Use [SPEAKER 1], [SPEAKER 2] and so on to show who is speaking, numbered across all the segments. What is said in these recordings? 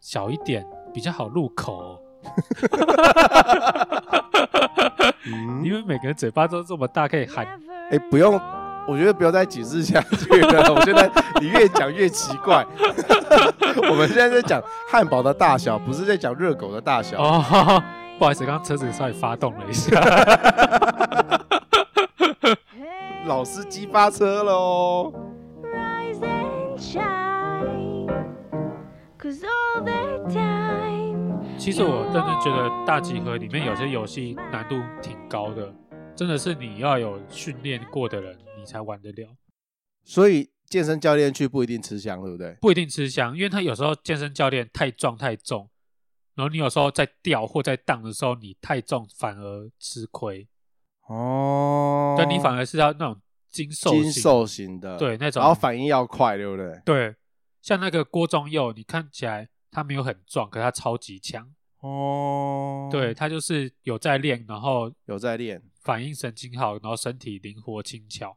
[SPEAKER 1] 小一点，比较好入口。
[SPEAKER 2] 嗯，
[SPEAKER 1] 因为每个人嘴巴都这么大，可以喊
[SPEAKER 2] 哎，不用，我觉得不要再解释下去了。我觉得你越讲越奇怪。 我们现在在讲汉堡的大小，不是在讲热狗的大小。
[SPEAKER 1] 哦， 不好意思，刚刚车子稍微发动了一下。
[SPEAKER 2] 老司机发车喽！
[SPEAKER 3] rise and shine. Cause all the time
[SPEAKER 1] 其实我认真觉得大集合里面有些游戏难度挺高的，真的是你要有训练过的人，你才玩得了。
[SPEAKER 2] 所以健身教练去不一定吃香，对不对？
[SPEAKER 1] 不一定吃香，因为他有时候健身教练太壮太重，然后你有时候在掉或在荡的时候，你太重反而吃亏，
[SPEAKER 2] 哦
[SPEAKER 1] 但你反而是要那种精瘦型
[SPEAKER 2] 精瘦型的，
[SPEAKER 1] 对那种，
[SPEAKER 2] 然后反应要快，对不对？
[SPEAKER 1] 对，像那个郭宗佑，你看起来他没有很壮，可他超级强，
[SPEAKER 2] 哦
[SPEAKER 1] 对，他就是有在练，然后
[SPEAKER 2] 有在练。
[SPEAKER 1] 反应神经好，然后身体灵活轻巧，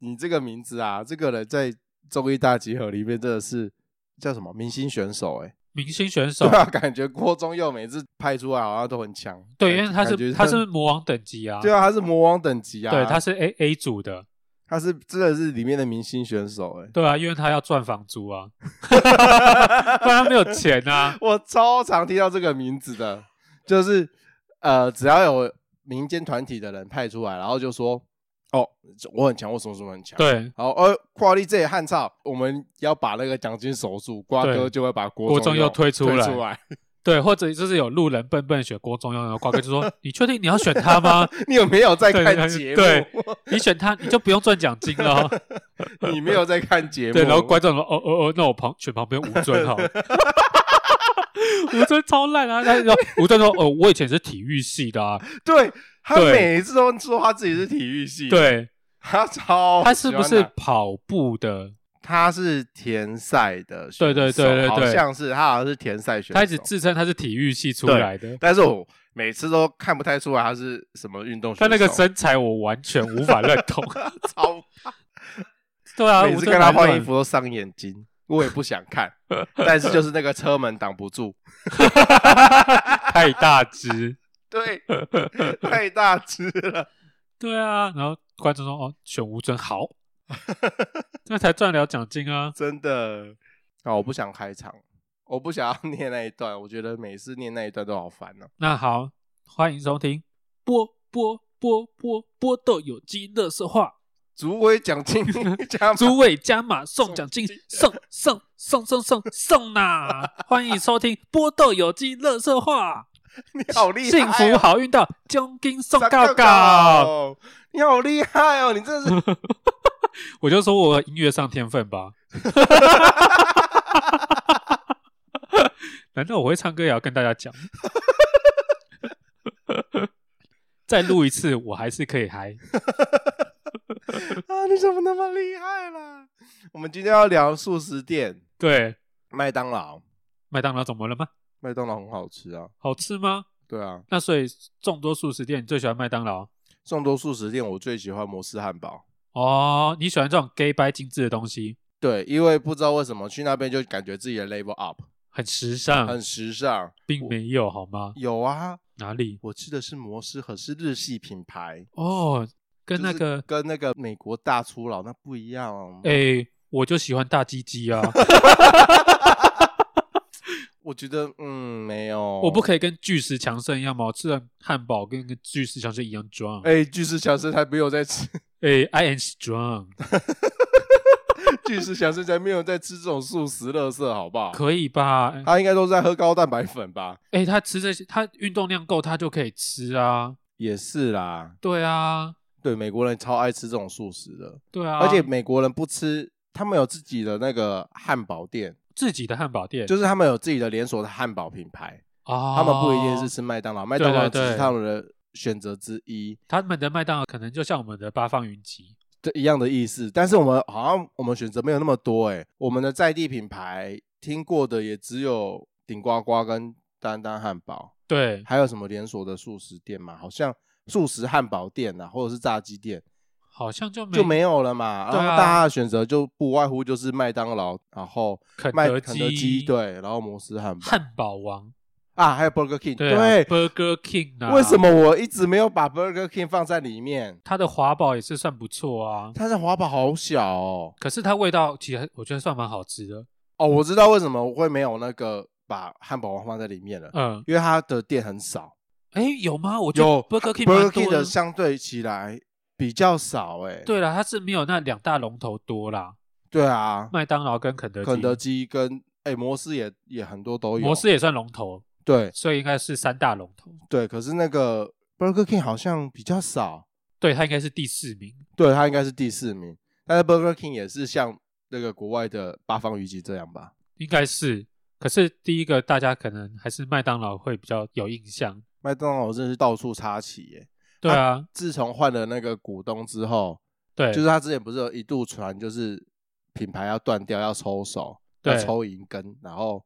[SPEAKER 2] 你这个名字啊，这个人在综艺大集合里面真的是叫什么明星选手、欸？哎，
[SPEAKER 1] 明星选手
[SPEAKER 2] 对，啊，感觉郭宗佑每次拍出来好像都很强。
[SPEAKER 1] 对，因
[SPEAKER 2] 感
[SPEAKER 1] 为他
[SPEAKER 2] 感觉
[SPEAKER 1] 是他是魔王等级啊，
[SPEAKER 2] 对啊，他是魔王等级啊，
[SPEAKER 1] 对，他是 A A 组的，
[SPEAKER 2] 他是真的是里面的明星选手、欸，哎。
[SPEAKER 1] 对啊，因为他要赚房租啊， 不然他没有钱啊。
[SPEAKER 2] 我超常听到这个名字的，就是呃，只要有民间团体的人派出来，然后就说哦，我很强，我什么什么很强。，
[SPEAKER 1] 对，
[SPEAKER 2] 好，呃，挂历这里汉操，我们要把那个奖金守住，瓜
[SPEAKER 1] 对
[SPEAKER 2] 哥就会把国
[SPEAKER 1] 国
[SPEAKER 2] 中
[SPEAKER 1] 中又推出
[SPEAKER 2] 出
[SPEAKER 1] 来
[SPEAKER 2] 来
[SPEAKER 1] 对，或者就是有路人笨笨选郭中庸，然后瓜哥就说：“ 你确定你要选他吗？
[SPEAKER 2] 你有没有在
[SPEAKER 1] 对
[SPEAKER 2] 看节目？
[SPEAKER 1] 对你选他，你就不用赚奖金了哦。
[SPEAKER 2] 你没有在看”节 目。
[SPEAKER 1] 对，然后观众说：“哦哦哦，那我旁选旁边吴尊好了。” 吴尊超烂啊！他就说吴尊说：“哦，我以前是体育系的啊。
[SPEAKER 2] 对他
[SPEAKER 1] 对
[SPEAKER 2] 每一次都说他自己是体育”系，，
[SPEAKER 1] 对，
[SPEAKER 2] 他超
[SPEAKER 1] 他是不
[SPEAKER 2] 喜
[SPEAKER 1] 是
[SPEAKER 2] 欢打
[SPEAKER 1] 跑步的？
[SPEAKER 2] 他是田赛的选手？
[SPEAKER 1] 对对对对对
[SPEAKER 2] 好像是他好像是田赛选手。
[SPEAKER 1] 他一直自称他是体育系出
[SPEAKER 2] 对
[SPEAKER 1] 来的。
[SPEAKER 2] 但是我每次都看不太出来他是什么运动选手。
[SPEAKER 1] 他那个身材我完全无法认 同。
[SPEAKER 2] 超，
[SPEAKER 1] 对啊，
[SPEAKER 2] 每
[SPEAKER 1] 吴
[SPEAKER 2] 次
[SPEAKER 1] 尊
[SPEAKER 2] 看他
[SPEAKER 1] 蛮
[SPEAKER 2] 换
[SPEAKER 1] 乱
[SPEAKER 2] 衣服都伤眼睛，我也不想看，但是就是那个车门挡不住，
[SPEAKER 1] 太大只。
[SPEAKER 2] 对，太大只了。
[SPEAKER 1] 对啊，然后观众说：“哦，选吴尊 好，那才赚了奖金啊。
[SPEAKER 2] 真的啊、我不想开场，我不想要念那一段，我觉得每次念那一段都好烦哦、”
[SPEAKER 1] 那好，欢迎收听波波波波波豆有机乐色话，
[SPEAKER 2] 组委奖 金加
[SPEAKER 1] 诸位加码送
[SPEAKER 2] 送
[SPEAKER 1] 奖金
[SPEAKER 2] 奖，金
[SPEAKER 1] 送送送送送送 呐！欢迎收听波豆有机乐色话，
[SPEAKER 2] 你好厉害
[SPEAKER 1] 幸
[SPEAKER 2] 哦、
[SPEAKER 1] 福好运到，奖金啊送
[SPEAKER 2] 上
[SPEAKER 1] 告告。
[SPEAKER 2] 告告，你好厉害哦！你真的是
[SPEAKER 1] 我就说我音乐上天分 吧。难道我会唱歌也要跟大家 讲？再录一次，我还是可以嗨。
[SPEAKER 2] 啊，你怎么那么厉害啦？我们今天要聊素食店，
[SPEAKER 1] 对，
[SPEAKER 2] 麦当劳，
[SPEAKER 1] 麦当劳怎么了吗？
[SPEAKER 2] 麦当劳很好吃啊。
[SPEAKER 1] 好吃吗？
[SPEAKER 2] 对啊，
[SPEAKER 1] 那所以众多素食店，你最喜欢麦当劳
[SPEAKER 2] 众多素食店，我最喜欢摩斯汉堡。
[SPEAKER 1] 哦？你喜欢这种 gay 白精致的东西，
[SPEAKER 2] 对，因为不知道为什么去那边就感觉自己的 level up，
[SPEAKER 1] 很时尚，
[SPEAKER 2] 很时尚。
[SPEAKER 1] 并没有好吗？
[SPEAKER 2] 有啊，
[SPEAKER 1] 哪里？
[SPEAKER 2] 我吃的是摩斯，可是日系品牌，
[SPEAKER 1] 哦，跟那
[SPEAKER 2] 就是
[SPEAKER 1] 个，
[SPEAKER 2] 跟那个美国大粗佬那不一样哦。
[SPEAKER 1] 诶，我就喜欢大鸡鸡啊，
[SPEAKER 2] 我觉得嗯，没有，
[SPEAKER 1] 我不。可以跟巨石强森一样吗？我吃了汉堡跟跟巨石强森一样壮。哎、
[SPEAKER 2] 哎、巨石强森才没有在吃，
[SPEAKER 1] i am strong，
[SPEAKER 2] 巨石强森才没有在吃这种素食垃圾，好不好？
[SPEAKER 1] 可以吧？哎、
[SPEAKER 2] 他应该都在喝高蛋白粉吧？
[SPEAKER 1] 他吃这些，他运动量够，他就可以吃啊。
[SPEAKER 2] 也是啦，
[SPEAKER 1] 对啊，
[SPEAKER 2] 对，美国人超爱吃这种素食的。
[SPEAKER 1] 对啊，
[SPEAKER 2] 而且美国人不吃，他们有自己的那个汉堡店，
[SPEAKER 1] 自己的汉堡店
[SPEAKER 2] 就是他们有自己的连锁的汉堡品牌，
[SPEAKER 1] 啊，
[SPEAKER 2] 他们不一定是吃麦当劳，麦当劳只
[SPEAKER 1] 对对
[SPEAKER 2] 是他们的选择之一，
[SPEAKER 1] 他们的麦当劳可能就像我们的八方云集，
[SPEAKER 2] 这一样的意思。但是我们好像我们选择没有那么多哎、我们的在地品牌听过的也只有顶呱呱跟丹丹汉堡，
[SPEAKER 1] 对，
[SPEAKER 2] 还有什么连锁的素食店吗？好像素食汉堡店啊，或者是炸鸡店。
[SPEAKER 1] 好像就没
[SPEAKER 2] 就没有了嘛。然
[SPEAKER 1] 对
[SPEAKER 2] 后
[SPEAKER 1] 啊
[SPEAKER 2] 大家的选择就不外乎就是麦当劳，然后
[SPEAKER 1] 肯
[SPEAKER 2] 麦
[SPEAKER 1] 德
[SPEAKER 2] 肯德基，对，然后摩斯汉堡
[SPEAKER 1] 汉堡王，
[SPEAKER 2] 啊，还有 Burger King，
[SPEAKER 1] 对啊，Burger King 啊，
[SPEAKER 2] 为什么我一直没有把 Burger King 放在里面？
[SPEAKER 1] 它的华堡也是算不错啊？
[SPEAKER 2] 它的华堡好小哦。
[SPEAKER 1] 可是它味道其实我觉得算蛮好吃的，
[SPEAKER 2] 哦，我知道为什么我会没有那个把汉堡王放在里面了，
[SPEAKER 1] 嗯，
[SPEAKER 2] 因为它的店很少。
[SPEAKER 1] 哎，有吗？我觉得
[SPEAKER 2] 有
[SPEAKER 1] Burger King 蛮
[SPEAKER 2] Burger
[SPEAKER 1] 多
[SPEAKER 2] King 的相对起来比较少、哎，
[SPEAKER 1] 对了，它是没有那两大龙头多啦，
[SPEAKER 2] 对啊，
[SPEAKER 1] 麦当劳跟肯德基，
[SPEAKER 2] 肯德基跟哎、摩斯也也很多都有。
[SPEAKER 1] 摩斯也算龙头，
[SPEAKER 2] 对
[SPEAKER 1] 所以应该是三大龙头，
[SPEAKER 2] 对，可是那个 Burger King 好像比较少，
[SPEAKER 1] 对，它应该是第四名。
[SPEAKER 2] 对，它应该是第四名。但是 Burger King 也是像那个国外的八方鱼集这样吧？
[SPEAKER 1] 应该是。可是第一个大家可能还是麦当劳会比较有印象，
[SPEAKER 2] 麦当劳真的是到处插旗耶、
[SPEAKER 1] 对啊，
[SPEAKER 2] 自从换了那个股东之后，
[SPEAKER 1] 对，
[SPEAKER 2] 就是他之前不是有一度传，就是品牌要断掉，要抽手，
[SPEAKER 1] 对
[SPEAKER 2] 要抽银根，然后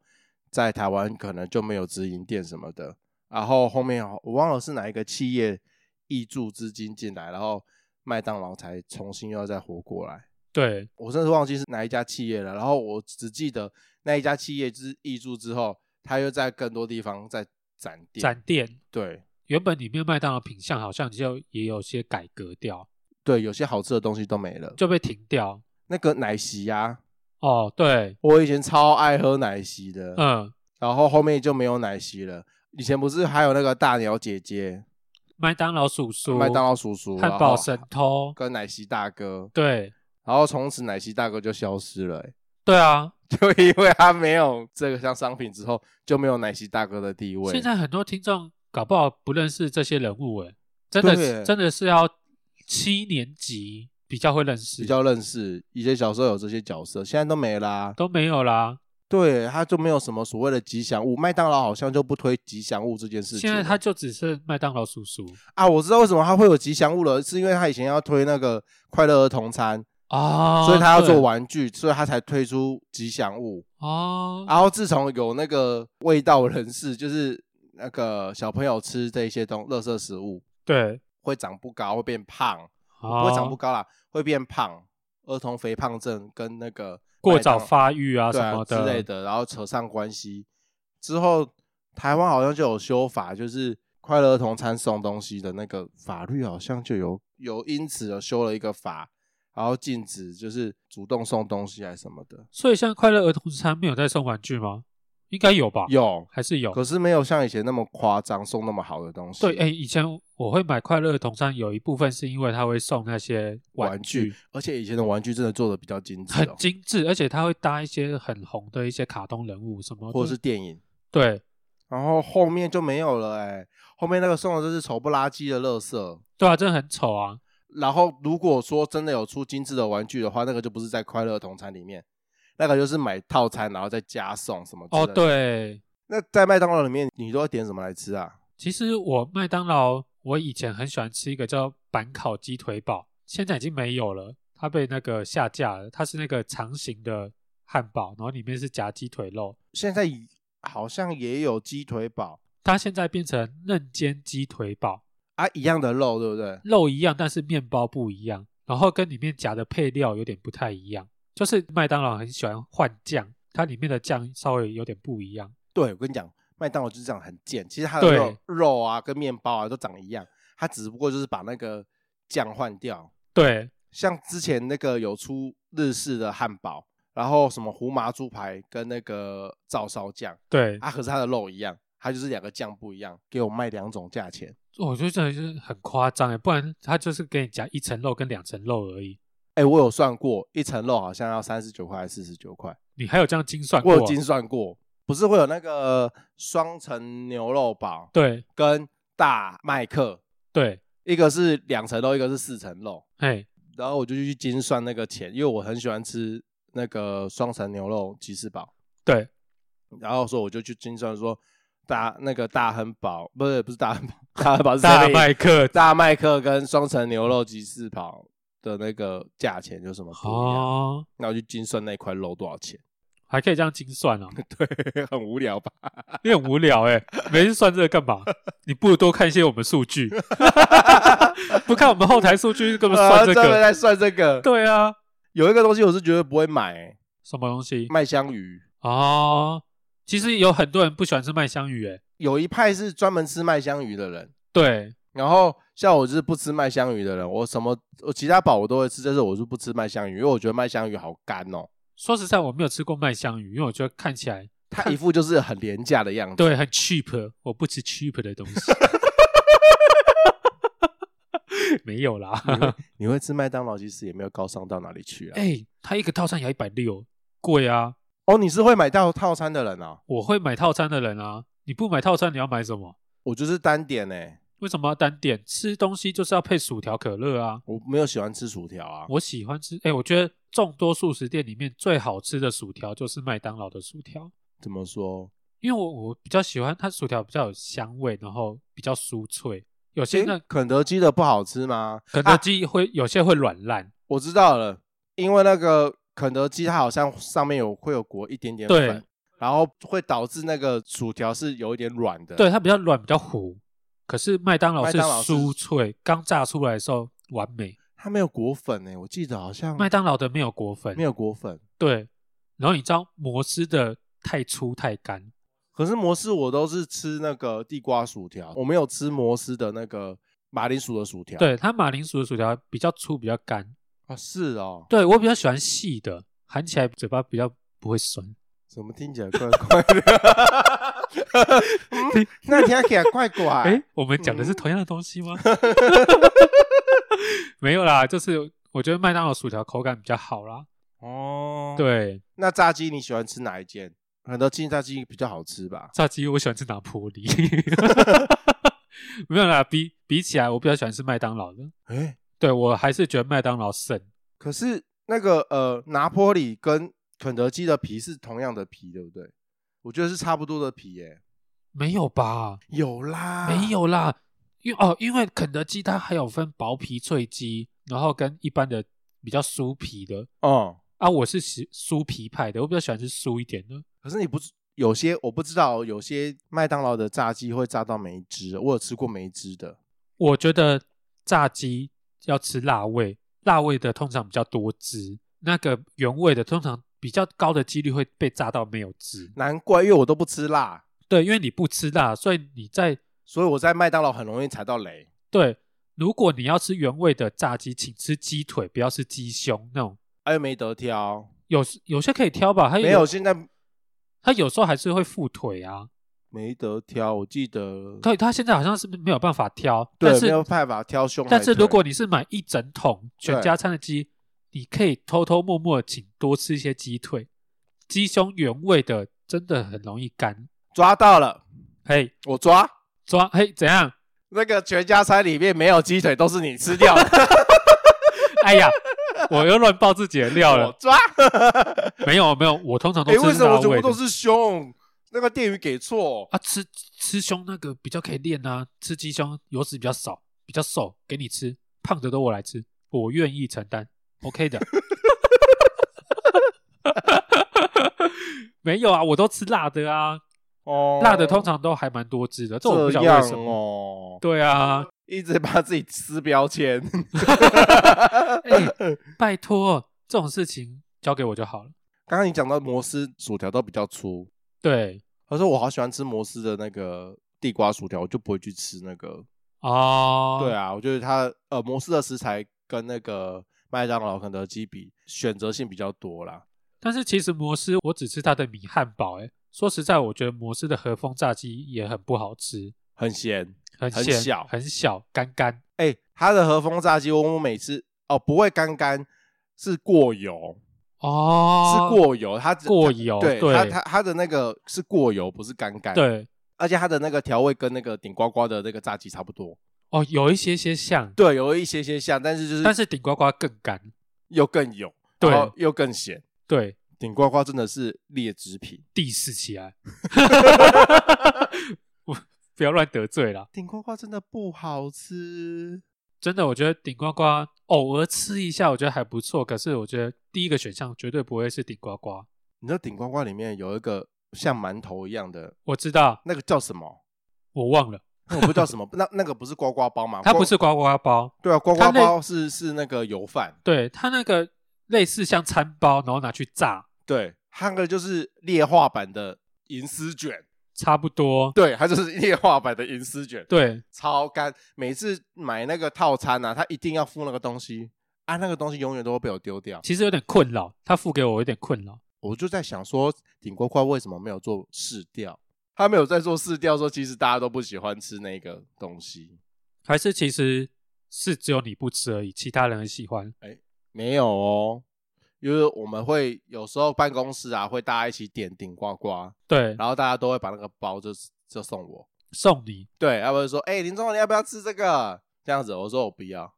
[SPEAKER 2] 在台湾可能就没有直营店什么的。然后后面我忘了是哪一个企业挹注资金进来，然后麦当劳才重新又要再活过来。
[SPEAKER 1] 对
[SPEAKER 2] 我甚至忘记是哪一家企业了。然后我只记得那一家企业就是挹注之后，他又在更多地方在展店。
[SPEAKER 1] 展店
[SPEAKER 2] 对
[SPEAKER 1] 原本里面麦当劳品相好像就也有些改革掉，
[SPEAKER 2] 对，有些好吃的东西都没了。
[SPEAKER 1] 就被停掉。
[SPEAKER 2] 那个奶昔呀、啊，
[SPEAKER 1] 哦，对，
[SPEAKER 2] 我以前超爱喝奶昔的，
[SPEAKER 1] 嗯，
[SPEAKER 2] 然后后面就没有奶昔了。以前不是还有那个大鸟姐姐、
[SPEAKER 1] 麦当劳叔叔、
[SPEAKER 2] 麦当劳叔叔、啊哦
[SPEAKER 1] 汉堡神偷，
[SPEAKER 2] 跟奶昔大哥，
[SPEAKER 1] 对
[SPEAKER 2] 然后从此奶昔大哥就消失了、欸
[SPEAKER 1] 对啊，
[SPEAKER 2] 就因为他没有这个像商品之后，就没有奶昔大哥的地位。
[SPEAKER 1] 现在很多听众搞不好不认识这些人物，哎，真的
[SPEAKER 2] 对
[SPEAKER 1] 是真的是要七年级比较会认识，
[SPEAKER 2] 比较认识，以前小时候有这些角色，现在都没啦、
[SPEAKER 1] 都没有啦。
[SPEAKER 2] 对，他就没有什么所谓的吉祥物，麦当劳好像就不推吉祥物这件事情
[SPEAKER 1] 现
[SPEAKER 2] 了。
[SPEAKER 1] 在他就只剩麦当劳叔叔
[SPEAKER 2] 啊，我知道为什么他会有吉祥物了，是因为他以前要推那个快乐儿童餐，
[SPEAKER 1] 啊，
[SPEAKER 2] 哦所以他要做
[SPEAKER 1] 对
[SPEAKER 2] 玩具，所以他才推出吉祥物。
[SPEAKER 1] 哦，
[SPEAKER 2] 然后自从有那个味道人士，就是那个小朋友吃这一些东垃圾食物
[SPEAKER 1] 对，
[SPEAKER 2] 会长不高，会变胖，
[SPEAKER 1] 哦
[SPEAKER 2] 啊不会长不高啦，会变胖，儿童肥胖症跟那个
[SPEAKER 1] 过
[SPEAKER 2] 麦当
[SPEAKER 1] 早
[SPEAKER 2] 劳
[SPEAKER 1] 发育啊
[SPEAKER 2] 对
[SPEAKER 1] 什
[SPEAKER 2] 啊
[SPEAKER 1] 么
[SPEAKER 2] 之类的，然后扯上关系之后，台湾好像就有修法，就是快乐儿童餐送东西的那个法律好像就有有因此而修了一个法，然后禁止就是主动送东西还是什么的，
[SPEAKER 1] 所以像快乐儿童餐没有在送玩具吗？应该有吧？，
[SPEAKER 2] 有，
[SPEAKER 1] 还啊是有。
[SPEAKER 2] 可是没有像以前那么夸张，送那么好的东西。
[SPEAKER 1] 对，哎、以前我会买快乐儿童餐，有一部分是因为他会送那些
[SPEAKER 2] 玩
[SPEAKER 1] 具，
[SPEAKER 2] 而且以前的玩具真的做的比较精致、
[SPEAKER 1] 很
[SPEAKER 2] 哦，
[SPEAKER 1] 精致，而且他会搭一些很红的一些卡通人物什么的，
[SPEAKER 2] 或者是电影，
[SPEAKER 1] 对
[SPEAKER 2] 然后后面就没有了、哎，后面那个送的就是丑不拉几的垃圾。
[SPEAKER 1] 对啊，真的很丑啊。
[SPEAKER 2] 然后如果说真的有出精致的玩具的话，那个就不是在快乐儿童餐里面，那个就是买套餐然后再加送什么之类
[SPEAKER 1] 哦，
[SPEAKER 2] 的。
[SPEAKER 1] 对，
[SPEAKER 2] 那在麦当劳里面，你都要点什么来吃啊？
[SPEAKER 1] 其实我麦当劳，我以前很喜欢吃一个叫板烤鸡腿堡，现在已经没有了，它被那个下架了。它是那个长形的汉堡，然后里面是夹鸡腿肉，
[SPEAKER 2] 现在好像也有鸡腿堡
[SPEAKER 1] 它现在变成嫩煎鸡腿堡，
[SPEAKER 2] 啊，一样的肉，对不对？
[SPEAKER 1] 肉一样，但是面包不一样，然后跟里面夹的配料有点不太一样。就是麦当劳很喜欢换酱，它里面的酱稍微有点不一样。
[SPEAKER 2] 对，我跟你讲，麦当劳就是这样很贱，其实它的
[SPEAKER 1] 对
[SPEAKER 2] 肉肉啊跟面包啊都长一样，它只不过就是把那个酱换掉。
[SPEAKER 1] 对，
[SPEAKER 2] 像之前那个有出日式的汉堡，然后什么胡麻猪排跟那个照烧酱。
[SPEAKER 1] 对，
[SPEAKER 2] 啊，可是它的肉一样，它就是两个酱不一样，给我卖两种价钱。
[SPEAKER 1] 我觉得真的是很夸张哎，不然它就是给你夹一层肉跟两层肉而已。
[SPEAKER 2] 哎、我有算过，一层肉好像要三十九块还是四十九块，
[SPEAKER 1] 你还有这样精算过
[SPEAKER 2] 我
[SPEAKER 1] 啊？
[SPEAKER 2] 有精算过，不是会有那个双层牛肉堡
[SPEAKER 1] 对
[SPEAKER 2] 跟大麦克，
[SPEAKER 1] 对，
[SPEAKER 2] 一个是两层肉，一个是四层肉，
[SPEAKER 1] 哎，
[SPEAKER 2] 然后我就去精算那个钱，因为我很喜欢吃那个双层牛肉吉士堡，
[SPEAKER 1] 对，
[SPEAKER 2] 然后说我就去精算说。大那个大亨堡不是不是大亨堡，大亨堡是
[SPEAKER 1] 大
[SPEAKER 2] 7-Eleven
[SPEAKER 1] 麦克
[SPEAKER 2] 大麦克跟双层牛肉吉士堡的那个价钱有什么不一样？
[SPEAKER 1] 哦，
[SPEAKER 2] 那我就精算那块肉多少钱？
[SPEAKER 1] 还可以这样精算哦，
[SPEAKER 2] 对，很无聊吧？
[SPEAKER 1] 你很无聊 哎、每天算这个干嘛？你不如多看一些我们数 据， 不看我们后台数据，根本
[SPEAKER 2] 啊
[SPEAKER 1] 算这
[SPEAKER 2] 专门
[SPEAKER 1] 个。
[SPEAKER 2] 在算这 个。
[SPEAKER 1] 对啊，
[SPEAKER 2] 有一个东西我是绝对不会买、欸
[SPEAKER 1] 什么东西？
[SPEAKER 2] 麦香鱼。
[SPEAKER 1] 哦，其实有很多人不喜欢吃麦香鱼哎、
[SPEAKER 2] 有一派是专门吃麦香鱼的人，
[SPEAKER 1] 对，
[SPEAKER 2] 然后像我就是不吃麦香鱼的人，我什么我其他宝我都会吃，但是我是不吃麦香鱼，因为我觉得麦香鱼好干哦，
[SPEAKER 1] 说实在我没有吃过麦香鱼，因为我觉得看起来
[SPEAKER 2] 它一副就是很廉价的样子。
[SPEAKER 1] 对很 cheap，我不吃 cheap 的东西。没有啦，
[SPEAKER 2] 你会你会吃麦当劳，其实也没有高尚到哪里去啊。
[SPEAKER 1] 哎、他一个套餐也要一百六，贵啊！
[SPEAKER 2] 哦，你是会买到套餐的人哦，
[SPEAKER 1] 我会买套餐的人啊，你不买套餐你要买什么？
[SPEAKER 2] 我就是单点哎、
[SPEAKER 1] 为什么要单点？吃东西就是要配薯条、可乐啊！
[SPEAKER 2] 我没有喜欢吃薯条啊。
[SPEAKER 1] 我喜欢吃，哎、我觉得众多素食店里面最好吃的薯条就是麦当劳的薯条，
[SPEAKER 2] 怎么说？
[SPEAKER 1] 因为我我比较喜欢它薯条比较有香味，然后比较酥脆。有些
[SPEAKER 2] 现
[SPEAKER 1] 那
[SPEAKER 2] 在肯德基的不好吃吗？
[SPEAKER 1] 肯德
[SPEAKER 2] 啊
[SPEAKER 1] 基会、有些会软烂，
[SPEAKER 2] 我知道了，因为那个肯德基它好像上面有会有裹一点点
[SPEAKER 1] 对
[SPEAKER 2] 粉，然后会导致那个薯条是有一点软的。
[SPEAKER 1] 对，它比较软比较糊，可是麦当劳
[SPEAKER 2] 麦
[SPEAKER 1] 是
[SPEAKER 2] 当劳是
[SPEAKER 1] 酥脆，刚炸出来的时候完美。
[SPEAKER 2] 它没有裹粉诶、我记得好像
[SPEAKER 1] 麦当劳的没有裹粉，
[SPEAKER 2] 嗯没有裹粉。
[SPEAKER 1] 对，然后你知道摩斯的太粗太干，
[SPEAKER 2] 可是摩斯我都是吃那个地瓜薯条，我没有吃摩斯的那个马铃薯的薯条。
[SPEAKER 1] 对，它马铃薯的薯条比较粗比较干，
[SPEAKER 2] 啊，是哦，
[SPEAKER 1] 对我比较喜欢细的，含起来嘴巴比较不会酸。
[SPEAKER 2] 怎么听起 来怪怪 的？嗯、那听起来怪怪。
[SPEAKER 1] 哎、我们讲的是同样的东西吗？ 没有啦，就是我觉得麦当劳薯条口感比较好啦。
[SPEAKER 2] 哦，，
[SPEAKER 1] 对，
[SPEAKER 2] 那炸鸡你喜欢吃哪一间？肯德基炸鸡比较好吃吧？
[SPEAKER 1] 炸鸡我喜欢吃拿破里，没有啦，比比起来我比较喜欢吃麦当劳的。
[SPEAKER 2] 哎、
[SPEAKER 1] 对我还是觉得麦当劳胜。
[SPEAKER 2] 可是那个呃，拿坡里跟肯德基的皮是同样的皮，对不对？我觉得是差不多的皮耶、
[SPEAKER 1] 没有吧？
[SPEAKER 2] 有啦，
[SPEAKER 1] 没有啦，因为哦，因为肯德基它还有分薄皮脆鸡，然后跟一般的比较酥皮的
[SPEAKER 2] 哦、
[SPEAKER 1] 啊，我是喜酥皮派的，我比较喜欢吃酥一点的。
[SPEAKER 2] 可是你不是有些我不知道，有些麦当劳的炸鸡会炸到梅汁，我有吃过梅汁的。
[SPEAKER 1] 我觉得炸鸡要吃辣味，辣味的通常比较多汁，那个原味的通常比较高的几率会被炸到没有汁。
[SPEAKER 2] 难怪，因为我都不吃辣，
[SPEAKER 1] 对，因为你不吃辣，所以你在
[SPEAKER 2] 所以我在麦当劳很容易踩到雷。
[SPEAKER 1] 对，如果你要吃原味的炸鸡，请吃鸡腿，不要吃鸡胸那种。
[SPEAKER 2] 哎、又没得挑，
[SPEAKER 1] 有时有些可以挑吧，它
[SPEAKER 2] 没有现在
[SPEAKER 1] 它有时候还是会附腿啊。
[SPEAKER 2] 没得挑。我记得，
[SPEAKER 1] 可以，它现在好像是没有办法挑，但
[SPEAKER 2] 对，没
[SPEAKER 1] 是
[SPEAKER 2] 有办法挑胸还腿。
[SPEAKER 1] 但是如果你是买一整桶全
[SPEAKER 2] 对
[SPEAKER 1] 家餐的鸡，你可以偷偷摸摸地请多吃一些鸡腿，鸡胸原味的真的很容易干。
[SPEAKER 2] 抓到了，
[SPEAKER 1] 嘿，
[SPEAKER 2] 我抓
[SPEAKER 1] 抓嘿怎样？
[SPEAKER 2] 那个全家餐里面没有鸡腿，都是你吃掉的。
[SPEAKER 1] 哎呀，我又乱爆自己的料
[SPEAKER 2] 我
[SPEAKER 1] 了。
[SPEAKER 2] 抓。
[SPEAKER 1] 没有没有，我通常都
[SPEAKER 2] 哎、
[SPEAKER 1] 吃
[SPEAKER 2] 为什
[SPEAKER 1] 辣
[SPEAKER 2] 么全
[SPEAKER 1] 味的
[SPEAKER 2] 部都是胸？那个店员给错，
[SPEAKER 1] 啊，吃吃胸那个比较可以练啊，吃鸡胸油脂比较少，比较瘦，给你吃，胖的都我来吃，我愿意承担，OK 的。 没有啊，我都吃辣的啊，
[SPEAKER 2] 哦
[SPEAKER 1] 辣的通常都还蛮多汁的，这我不
[SPEAKER 2] 这
[SPEAKER 1] 晓得
[SPEAKER 2] 样
[SPEAKER 1] 为什么。
[SPEAKER 2] 哦，
[SPEAKER 1] 对啊，
[SPEAKER 2] 一直把自己撕标签。
[SPEAKER 1] 哎、拜托，这种事情交给我就好了。
[SPEAKER 2] 刚刚你讲到摩斯薯条都比较粗，
[SPEAKER 1] 对
[SPEAKER 2] 可是我好喜欢吃摩斯的那个地瓜薯条，我就不会去吃那个。
[SPEAKER 1] 哦，
[SPEAKER 2] 对，啊，我觉得它呃摩斯的食材跟那个麦当劳、肯德基比，选择性比较多啦。
[SPEAKER 1] 但是其实摩斯我只吃它的米汉堡、哎，说实在，我觉得摩斯的和风炸鸡也很不好吃，
[SPEAKER 2] 很咸，
[SPEAKER 1] 很
[SPEAKER 2] 很
[SPEAKER 1] 咸
[SPEAKER 2] 小
[SPEAKER 1] 很小，干干。
[SPEAKER 2] 哎、它的和风炸鸡，我每次哦不会干干，是过油。
[SPEAKER 1] 哦，
[SPEAKER 2] 是过油，它只
[SPEAKER 1] 过
[SPEAKER 2] 它
[SPEAKER 1] 油
[SPEAKER 2] 对
[SPEAKER 1] 对
[SPEAKER 2] 它它它的那个是过油，不是干干。，
[SPEAKER 1] 对
[SPEAKER 2] 而且它的那个调味跟那个顶呱呱的那个炸鸡差不多。
[SPEAKER 1] 哦，有一些些像，
[SPEAKER 2] 对，有一些些像，但是就是
[SPEAKER 1] 但是顶呱呱更干。
[SPEAKER 2] 又更油，
[SPEAKER 1] 对
[SPEAKER 2] 然后又更咸。
[SPEAKER 1] 对，
[SPEAKER 2] 顶呱呱真的是劣质品。
[SPEAKER 1] 第四起来，我不要乱得罪啦。
[SPEAKER 2] 顶呱呱真的不好吃。
[SPEAKER 1] 真的，我觉得顶呱呱偶尔吃一下，我觉得还不错。可是我觉得第一个选项绝对不会是顶呱呱。
[SPEAKER 2] 你知道顶呱呱里面有一个像馒头一样的
[SPEAKER 1] 我知道，
[SPEAKER 2] 那个叫什么？
[SPEAKER 1] 我忘了，
[SPEAKER 2] 那我不知道什么， 那那个不是呱呱包吗？
[SPEAKER 1] 它
[SPEAKER 2] 呱
[SPEAKER 1] 不是刮刮包，
[SPEAKER 2] 对啊，呱
[SPEAKER 1] 它
[SPEAKER 2] 呱
[SPEAKER 1] 那
[SPEAKER 2] 包是是那个油饭，
[SPEAKER 1] 对，它那个类似像餐包，然后拿去炸，
[SPEAKER 2] 对，它那个就是劣化版的银丝卷，
[SPEAKER 1] 差不多。
[SPEAKER 2] 对，它就是劣化版的银丝卷，
[SPEAKER 1] 对，
[SPEAKER 2] 超干。每次买那个套餐啊，他一定要付那个东西啊，那个东西永远都会被我丢掉。
[SPEAKER 1] 其实有点困扰，他付给我有点困扰。
[SPEAKER 2] 我就在想说，顶呱呱为什么没有做试调？他没有在做试调，说其实大家都不喜欢吃那个东西。
[SPEAKER 1] 还是其实是只有你不吃而已，其他人很喜欢。
[SPEAKER 2] 没有哦，因为我们会有时候办公室啊，会大家一起点顶呱呱，
[SPEAKER 1] 对，
[SPEAKER 2] 然后大家都会把那个包就就送我。
[SPEAKER 1] 送你，
[SPEAKER 2] 对，要不然就说，哎、林总，你要不要吃这个？这样子，我说我不要。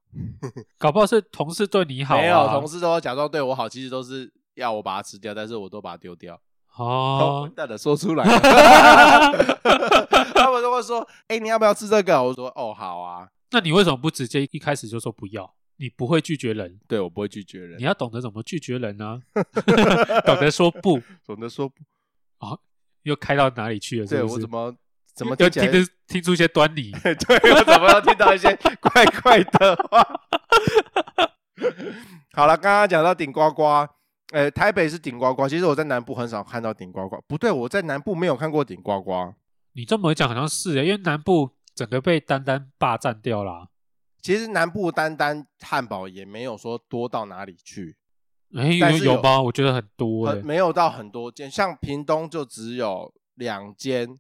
[SPEAKER 1] 搞不好是同事对你好、啊。
[SPEAKER 2] 没有，同事都假装对我好，其实都是要我把它吃掉，但是我都把它丢掉。哦，
[SPEAKER 1] 哦
[SPEAKER 2] 混，蛋的说出 来了，他们都会说：“哎、你要不要吃这个？”我说：“哦，好啊。
[SPEAKER 1] 那你为什么不直接一开始就说不要？你不会拒绝人”，
[SPEAKER 2] 对，我不会拒绝人
[SPEAKER 1] 你。要懂得怎么拒绝人啊， 懂得说不。
[SPEAKER 2] 总的说，
[SPEAKER 1] 又开到哪里去了是
[SPEAKER 2] 对
[SPEAKER 1] 不是？
[SPEAKER 2] 我怎么怎么
[SPEAKER 1] 又
[SPEAKER 2] 听起
[SPEAKER 1] 听
[SPEAKER 2] 来，
[SPEAKER 1] 得听出一些端倪？
[SPEAKER 2] 对我怎么要听到一些怪怪的话？ 好了，刚刚讲到顶呱呱，呃，台北是顶呱呱，其实我在南部很少看到顶呱呱。不对，我在南部没有看过顶呱呱。
[SPEAKER 1] 你这么一讲好像是耶，欸因为南部整个被丹丹霸占掉啦。
[SPEAKER 2] 其实南部单单汉堡也没有说多到哪里去，
[SPEAKER 1] 哎，
[SPEAKER 2] 但
[SPEAKER 1] 有
[SPEAKER 2] 是有
[SPEAKER 1] 有吗？我觉得很多欸耶
[SPEAKER 2] 很。没有到很多间，像屏东就只有两间，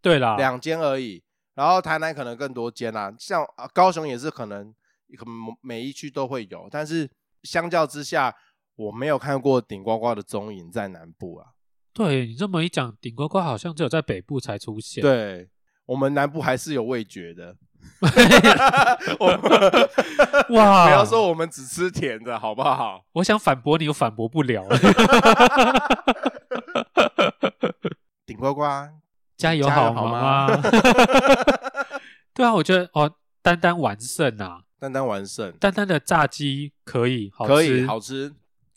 [SPEAKER 1] 对啦，
[SPEAKER 2] 两间而已。然后台南可能更多间啦、像啊高雄也是可能可能每一区都会有，但是相较之下，我没有看过顶呱呱的踪影在南部啊。
[SPEAKER 1] 对你这么一讲，顶呱呱好像只有在北部才出现。，
[SPEAKER 2] 对我们南部还是有味 觉的，我们
[SPEAKER 1] 哇
[SPEAKER 2] 不要说我们只吃甜的好不好？
[SPEAKER 1] 我想反驳你，又反驳不了。
[SPEAKER 2] 顶呱呱，
[SPEAKER 1] 加油
[SPEAKER 2] 加油
[SPEAKER 1] 好
[SPEAKER 2] 好
[SPEAKER 1] 吗？
[SPEAKER 2] 吗
[SPEAKER 1] 对啊，我觉得哦，丹丹完胜啊，
[SPEAKER 2] 丹丹完胜，
[SPEAKER 1] 丹丹的炸鸡可以，好吃
[SPEAKER 2] 可以好吃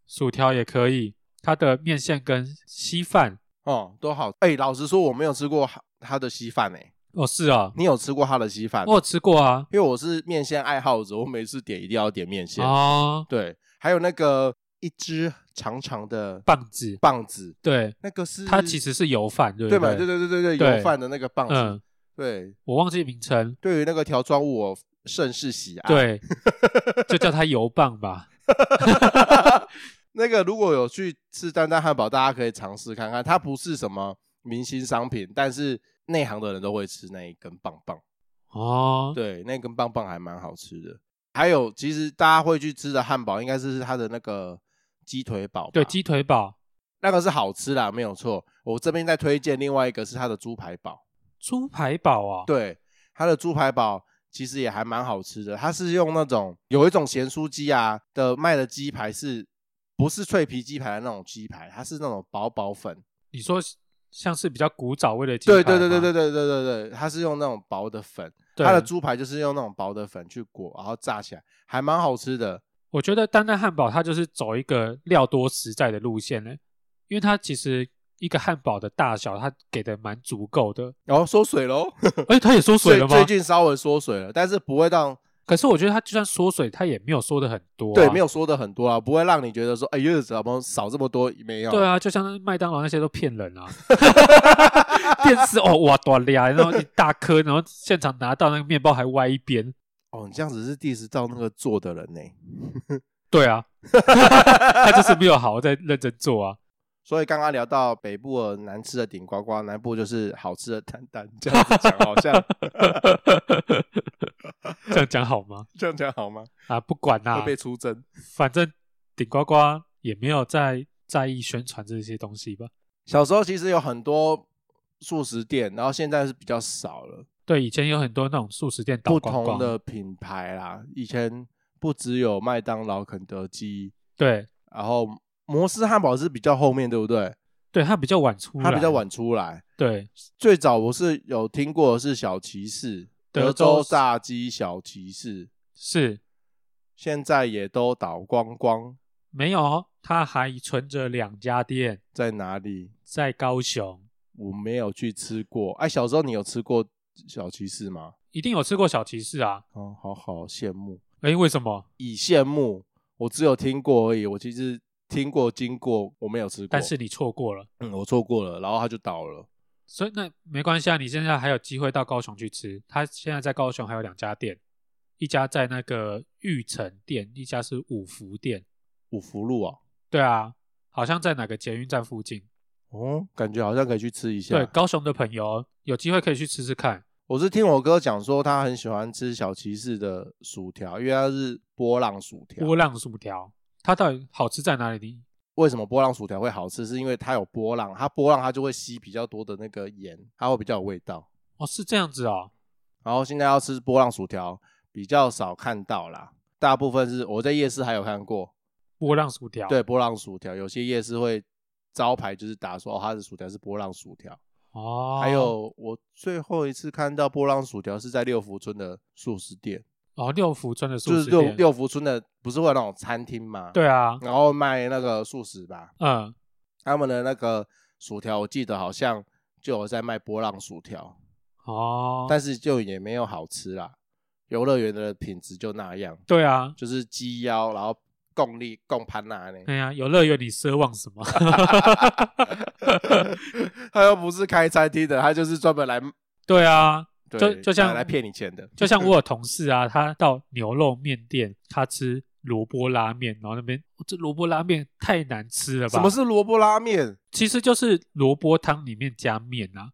[SPEAKER 1] 薯条也可以，它的面线跟稀饭
[SPEAKER 2] 哦，都好。哎、老实说，我没有吃过他他的稀饭哎、
[SPEAKER 1] 哦是啊，
[SPEAKER 2] 你有吃过他的稀饭吗？
[SPEAKER 1] 我有吃过啊，
[SPEAKER 2] 因为我是面线爱好者，我每次点一定要点面线。
[SPEAKER 1] 哦
[SPEAKER 2] 对，还有那个一只长长的
[SPEAKER 1] 棒子，
[SPEAKER 2] 棒子，
[SPEAKER 1] 对，
[SPEAKER 2] 那个是
[SPEAKER 1] 它其实是油饭，对不
[SPEAKER 2] 对嘛？
[SPEAKER 1] 对
[SPEAKER 2] 对对对
[SPEAKER 1] 对
[SPEAKER 2] 对对，油饭的那个棒子。
[SPEAKER 1] 嗯，
[SPEAKER 2] 对，
[SPEAKER 1] 我忘记名称，
[SPEAKER 2] 对于那个条状物，我甚是喜爱。，
[SPEAKER 1] 对，就叫它油棒吧。
[SPEAKER 2] 那个如果有去吃丹丹汉堡，大家可以尝试看看，它不是什么明星商品，但是内行的人都会吃那一根棒棒。
[SPEAKER 1] 哦，
[SPEAKER 2] 对，那根棒棒还蛮好吃的。还有，其实大家会去吃的汉堡，应该是它的那个鸡腿堡吧。
[SPEAKER 1] 对，鸡腿堡、
[SPEAKER 2] 那个是好吃啦，没有错。我这边在推荐另外一个是它的猪排堡，
[SPEAKER 1] 猪排堡啊，
[SPEAKER 2] 对，它的猪排堡其实也还蛮好吃的。它是用那种有一种咸酥鸡啊的卖的鸡排是，不是脆皮鸡排的那种鸡排，它是那种薄薄粉。
[SPEAKER 1] 你说像是比较古早味的鸡
[SPEAKER 2] 对
[SPEAKER 1] 排，
[SPEAKER 2] 对对对对，对对对对，它是用那种薄的粉，
[SPEAKER 1] 对
[SPEAKER 2] 它的猪排就是用那种薄的粉去裹，然后炸起来，还蛮好吃的。
[SPEAKER 1] 我觉得丹丹汉堡它就是走一个料多实在的路线呢，因为它其实一个汉堡的大小，它给的蛮足够的。
[SPEAKER 2] 然后缩水喽，
[SPEAKER 1] 哎，它也缩水了
[SPEAKER 2] 最
[SPEAKER 1] 吗？
[SPEAKER 2] 最近稍微缩水了，但是不会让
[SPEAKER 1] 可是我觉得它就算缩水，它也没有缩的很多、啊
[SPEAKER 2] 对，没
[SPEAKER 1] 有。
[SPEAKER 2] 有说的很多啊，不会让你觉得说，哎呦，怎么少这么多？没有，
[SPEAKER 1] 对，啊，就像麦当劳那些都骗人 啊，电视哦哇多俩，然后一大颗，然后现场拿到那个面包还歪一边。
[SPEAKER 2] 哦，你这样子是 diss 到那个做的人呢、
[SPEAKER 1] 对啊， 他就是没有好好在认真做啊。
[SPEAKER 2] 所以刚刚聊到北部的难吃的顶呱呱，南部就是好吃的丹丹，这样子讲好 像
[SPEAKER 1] 这样讲好吗？
[SPEAKER 2] 这样讲好吗？
[SPEAKER 1] 啊，不管啦、
[SPEAKER 2] 会被出征。
[SPEAKER 1] 反正顶呱呱也没有在在意宣传这些东西吧。
[SPEAKER 2] 小时候其实有很多素食店，然后现在是比较少了，
[SPEAKER 1] 对，以前有很多那种素食店倒
[SPEAKER 2] 不
[SPEAKER 1] 光
[SPEAKER 2] 同
[SPEAKER 1] 光，
[SPEAKER 2] 的品牌啦。以前不只有麦当劳、肯德基，
[SPEAKER 1] 对
[SPEAKER 2] 然后摩斯汉堡是比较后面，对不对？
[SPEAKER 1] 对，它比较晚出来，
[SPEAKER 2] 它比较，晚出来，
[SPEAKER 1] 对
[SPEAKER 2] 最早我是有听过的是小骑士，
[SPEAKER 1] 德
[SPEAKER 2] 德
[SPEAKER 1] 州
[SPEAKER 2] 州炸鸡小骑士，
[SPEAKER 1] 是，
[SPEAKER 2] 现在也都倒光光。
[SPEAKER 1] 没有，他还存着两家店，
[SPEAKER 2] 在哪里？
[SPEAKER 1] 在高雄，
[SPEAKER 2] 我没有去吃过。哎，小时候你有吃过小骑士吗？
[SPEAKER 1] 一定有吃过小骑士啊？
[SPEAKER 2] 哦，好好羡慕，
[SPEAKER 1] 诶，为什么？
[SPEAKER 2] 以羡慕，我只有听过而已。我其实听过、经过，我没有吃过。
[SPEAKER 1] 但是你错过了，
[SPEAKER 2] 嗯，我错过了，然后它就倒了。
[SPEAKER 1] 所以那没关系啊，你现在还有机会到高雄去吃。他现在在高雄还有两家店，一家在那个玉成店，一家是五福店。
[SPEAKER 2] 五福路啊，
[SPEAKER 1] 对啊，好像在哪个捷运站附近。
[SPEAKER 2] 哦，感觉好像可以去吃一下。
[SPEAKER 1] 对，高雄的朋友有机会可以去吃吃看。
[SPEAKER 2] 我是听我哥讲说，他很喜欢吃小骑士的薯条，因为它是波浪薯条。
[SPEAKER 1] 波浪薯条，它到底好吃在哪里？你
[SPEAKER 2] 为什么波浪薯条会好吃？是因为它有波浪，它波浪它就会吸比较多的那个盐，它会比较有味道。
[SPEAKER 1] 哦，是这样子哦。
[SPEAKER 2] 然后现在要吃波浪薯条比较少看到啦，大部分是我在夜市还有看过。
[SPEAKER 1] 波浪薯条，
[SPEAKER 2] 对，，波浪薯条，有些夜市会招牌就是打说哦，它的薯条是波浪薯条。
[SPEAKER 1] 哦，
[SPEAKER 2] 还有我最后一次看到波浪薯条是在六福村的素食店，
[SPEAKER 1] 哦，六福村的素
[SPEAKER 2] 就
[SPEAKER 1] 食
[SPEAKER 2] 是六
[SPEAKER 1] 店
[SPEAKER 2] 六福村的不是会有那种餐厅嘛？，
[SPEAKER 1] 对啊，
[SPEAKER 2] 然后卖那个素食吧，
[SPEAKER 1] 嗯，
[SPEAKER 2] 他们的那个薯条，我记得好像就有在卖波浪薯条，
[SPEAKER 1] 哦，
[SPEAKER 2] 但是就也没有好吃啦。游乐园的品质就那样，
[SPEAKER 1] 对啊，
[SPEAKER 2] 就是鸡腰，然后贡力贡盘那呢。
[SPEAKER 1] 哎呀，游乐园你奢望什么？
[SPEAKER 2] 他又不是开餐厅的，他就是专门来
[SPEAKER 1] 对啊，
[SPEAKER 2] 对
[SPEAKER 1] 就就像
[SPEAKER 2] 来骗你钱的。
[SPEAKER 1] 就像我有同事啊，他到牛肉面店，他吃萝卜拉面，然后那边哦这萝卜拉面太难吃了吧？
[SPEAKER 2] 什么是萝卜拉面？
[SPEAKER 1] 其实就是萝卜汤里面加面啊，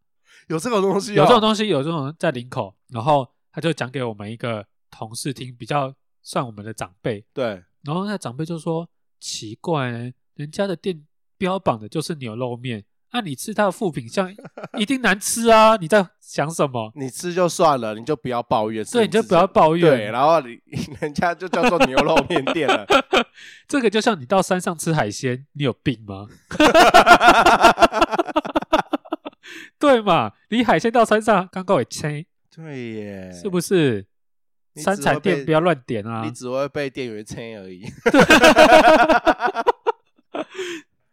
[SPEAKER 2] 有这种东西、哦？
[SPEAKER 1] 有这种东西，有这种在林口，然后他就讲给我们一个同事听，比较算我们的长辈，
[SPEAKER 2] 对，
[SPEAKER 1] 然后那长辈就说：“奇怪、人家的店标榜的就是牛肉面，那、你吃它的副品 像一定难吃啊！你在想什么？
[SPEAKER 2] 你吃就算了，你就不要抱怨，
[SPEAKER 1] 对，
[SPEAKER 2] 是
[SPEAKER 1] 你就
[SPEAKER 2] 自己
[SPEAKER 1] 不要抱怨。
[SPEAKER 2] 对，然后你 人家就叫做牛肉面店了，
[SPEAKER 1] 这个就像你到山上吃海鲜，你有病吗？ 对嘛？你海鲜到山上，刚刚也切，
[SPEAKER 2] 对耶，
[SPEAKER 1] 是不是？
[SPEAKER 2] 哎你
[SPEAKER 1] 山
[SPEAKER 2] 只
[SPEAKER 1] 产
[SPEAKER 2] 会
[SPEAKER 1] 店
[SPEAKER 2] 被
[SPEAKER 1] 不要乱点啊
[SPEAKER 2] 你！只会被店员称而已。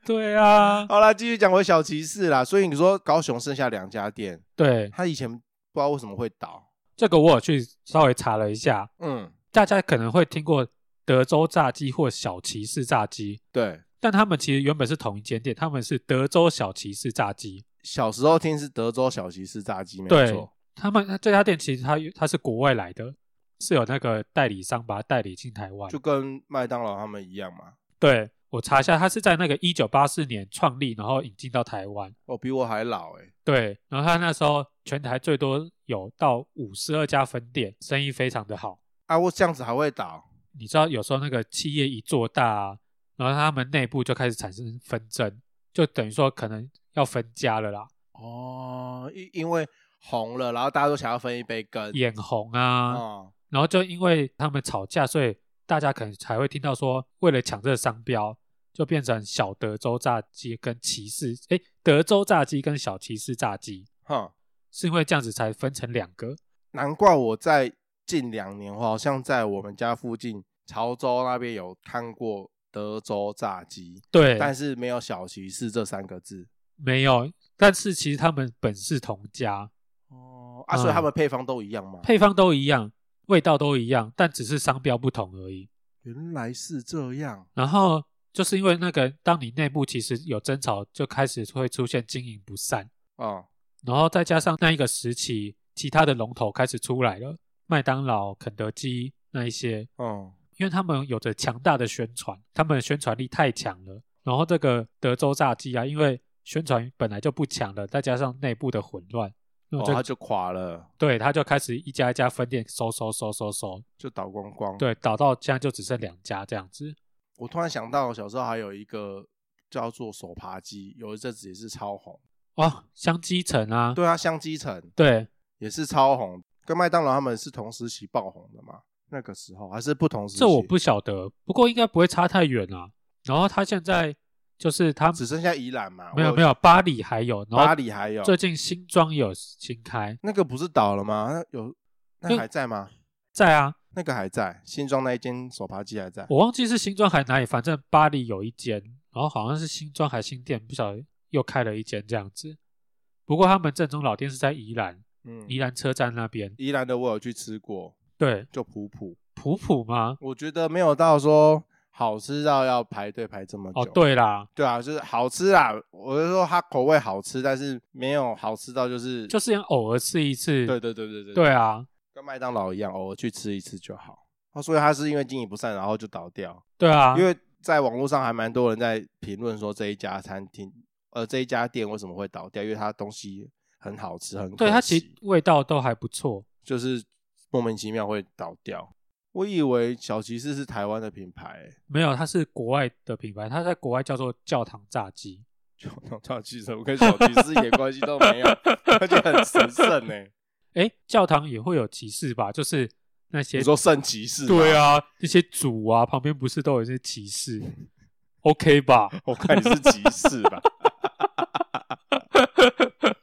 [SPEAKER 1] 对啊，
[SPEAKER 2] 好啦，继续讲回小骑士啦。所以你说高雄剩下两家店，
[SPEAKER 1] 对，
[SPEAKER 2] 他以前不知道为什么会倒，
[SPEAKER 1] 这个我有去稍微查了一下，
[SPEAKER 2] 嗯，
[SPEAKER 1] 大家可能会听过德州炸鸡或小骑士炸鸡，
[SPEAKER 2] 对，
[SPEAKER 1] 但他们其实原本是同一间店，他们是德州小骑士炸鸡。
[SPEAKER 2] 小时候听是德州小骑士炸鸡，没有
[SPEAKER 1] 对
[SPEAKER 2] 错，，
[SPEAKER 1] 他们这家店其实它它是国外来的，是有那个代理商把它代理进台湾
[SPEAKER 2] 就。跟麦当劳他们一样嘛。
[SPEAKER 1] 对我查一下，它是在那个一九八四年创立，然后引进到台湾。
[SPEAKER 2] 哦，比我还老哎、
[SPEAKER 1] 对，然后它那时候全台最多有到五十二家分店，生意非常的好。
[SPEAKER 2] 啊，我这样子还会倒，
[SPEAKER 1] 你知道有时候那个企业一做大、啊，然后他们内部就开始产生纷争，就等于说可能要分家了啦，
[SPEAKER 2] 哦，因因为红了，然后大家都想要分一杯羹。
[SPEAKER 1] 眼红啊，
[SPEAKER 2] 哦，
[SPEAKER 1] 然后就因为他们吵架，所以大家可能才会听到说，为了抢这个商标，就变成小德州炸鸡跟骑士，诶，德州炸鸡跟小骑士炸鸡，
[SPEAKER 2] 哼，
[SPEAKER 1] 是因为这样子才分成两个。
[SPEAKER 2] 难怪我在近两年，我好像在我们家附近潮州那边有看过德州炸鸡，
[SPEAKER 1] 对，
[SPEAKER 2] 但是没有小骑士这三个字。
[SPEAKER 1] 没有，但是其实他们本是同家，
[SPEAKER 2] 哦，啊，所以他们配方都一样吗？
[SPEAKER 1] 配方都一样，味道都一样，但只是商标不同而已。
[SPEAKER 2] 原来是这样，
[SPEAKER 1] 然后就是因为那个，当你内部其实有争吵，就开始会出现经营不善，
[SPEAKER 2] 哦，
[SPEAKER 1] 然后再加上那一个时期，其他的龙头开始出来了，麦当劳、肯德基那一些，
[SPEAKER 2] 哦，
[SPEAKER 1] 因为他们有着强大的宣传，他们的宣传力太强了。然后这个德州炸鸡啊，因为宣传本来就不强了，再加上内部的混乱，那
[SPEAKER 2] 哦，
[SPEAKER 1] 么就、
[SPEAKER 2] 他就垮了，
[SPEAKER 1] 对他就开始一家一家分店收收收收收，
[SPEAKER 2] 就倒光光。，
[SPEAKER 1] 对，倒到现在就只剩两家这样子。
[SPEAKER 2] 我突然想到，我小时候还有一个叫做手扒鸡，有一阵子也是超红。
[SPEAKER 1] 哦，香鸡城啊，
[SPEAKER 2] 对啊，香鸡城。
[SPEAKER 1] 对
[SPEAKER 2] 也是超红，跟麦当劳他们是同时期爆红的嘛？那个时候还是不同时期？
[SPEAKER 1] 这我不晓得，不过应该不会差太远啊。然后他现在就是他
[SPEAKER 2] 只剩下宜兰嘛？
[SPEAKER 1] 没有
[SPEAKER 2] 我
[SPEAKER 1] 没有，巴黎还有，然
[SPEAKER 2] 巴
[SPEAKER 1] 后
[SPEAKER 2] 黎还有
[SPEAKER 1] 最近新庄有新开，
[SPEAKER 2] 那个不是倒了吗？那有
[SPEAKER 1] 就
[SPEAKER 2] 那还在吗？
[SPEAKER 1] 在啊，
[SPEAKER 2] 那个还在，新庄那一间手扒鸡还在。
[SPEAKER 1] 我忘记是新庄还哪里，反正巴黎有一间，然后好像是新庄还新店，不晓得又开了一间这样子。不过他们正宗老店是在宜兰，
[SPEAKER 2] 嗯，
[SPEAKER 1] 宜兰车站那边。
[SPEAKER 2] 宜兰的我有去吃过，
[SPEAKER 1] 对，
[SPEAKER 2] 就普普，
[SPEAKER 1] 普普吗？
[SPEAKER 2] 我觉得没有到说好吃到要排队排这么久。
[SPEAKER 1] 哦，对啦，
[SPEAKER 2] 对啊，就是好吃啊！我是说它口味好吃，但是没有好吃到就是
[SPEAKER 1] 就是要偶尔吃一次。
[SPEAKER 2] 对对对对对
[SPEAKER 1] 对，啊，
[SPEAKER 2] 跟麦当劳一样，偶尔去吃一次就好。哦，所以它是因为经营不善，然后就倒掉。
[SPEAKER 1] 对啊，
[SPEAKER 2] 因为在网络上还蛮多人在评论说这一家餐厅，呃，这一家店为什么会倒掉？因为它东西很好吃，很
[SPEAKER 1] 对
[SPEAKER 2] 可
[SPEAKER 1] 它其实
[SPEAKER 2] 惜
[SPEAKER 1] 味道都还不错。
[SPEAKER 2] 就是莫名其妙会倒掉。我以为小骑士是台湾的品牌、欸，
[SPEAKER 1] 没有，它是国外的品牌，它在国外叫做教堂炸鸡。
[SPEAKER 2] 就 小骑士我跟小骑士一点关系都没有，而且很神圣欸呢、
[SPEAKER 1] 哎，教堂也会有骑士吧？就是那些
[SPEAKER 2] 你说圣骑士？
[SPEAKER 1] 对，啊，那些主啊，旁边不是都有一些骑 士？OK 吧？
[SPEAKER 2] 我看你是骑士吧。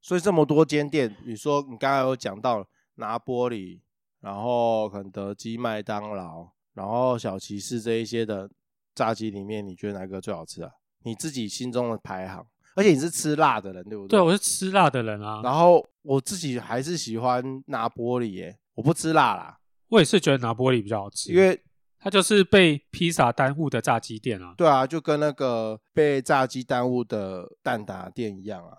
[SPEAKER 2] 所以这么多间店，你说你刚才有讲到拿玻璃，然后肯德基、麦当劳，然后小骑士这一些的炸鸡里面，你觉得哪个最好吃啊？你自己心中的排行，而且你是吃辣的人，对不
[SPEAKER 1] 对，
[SPEAKER 2] 对
[SPEAKER 1] 我是吃辣的人啊，
[SPEAKER 2] 然后我自己还是喜欢拿玻璃耶，我不吃辣啦，
[SPEAKER 1] 我也是觉得拿玻璃比较好吃，
[SPEAKER 2] 因为
[SPEAKER 1] 它就是被披萨耽误的炸鸡店 啊。
[SPEAKER 2] 对啊，就跟那个被炸鸡耽误的蛋挞店一样啊。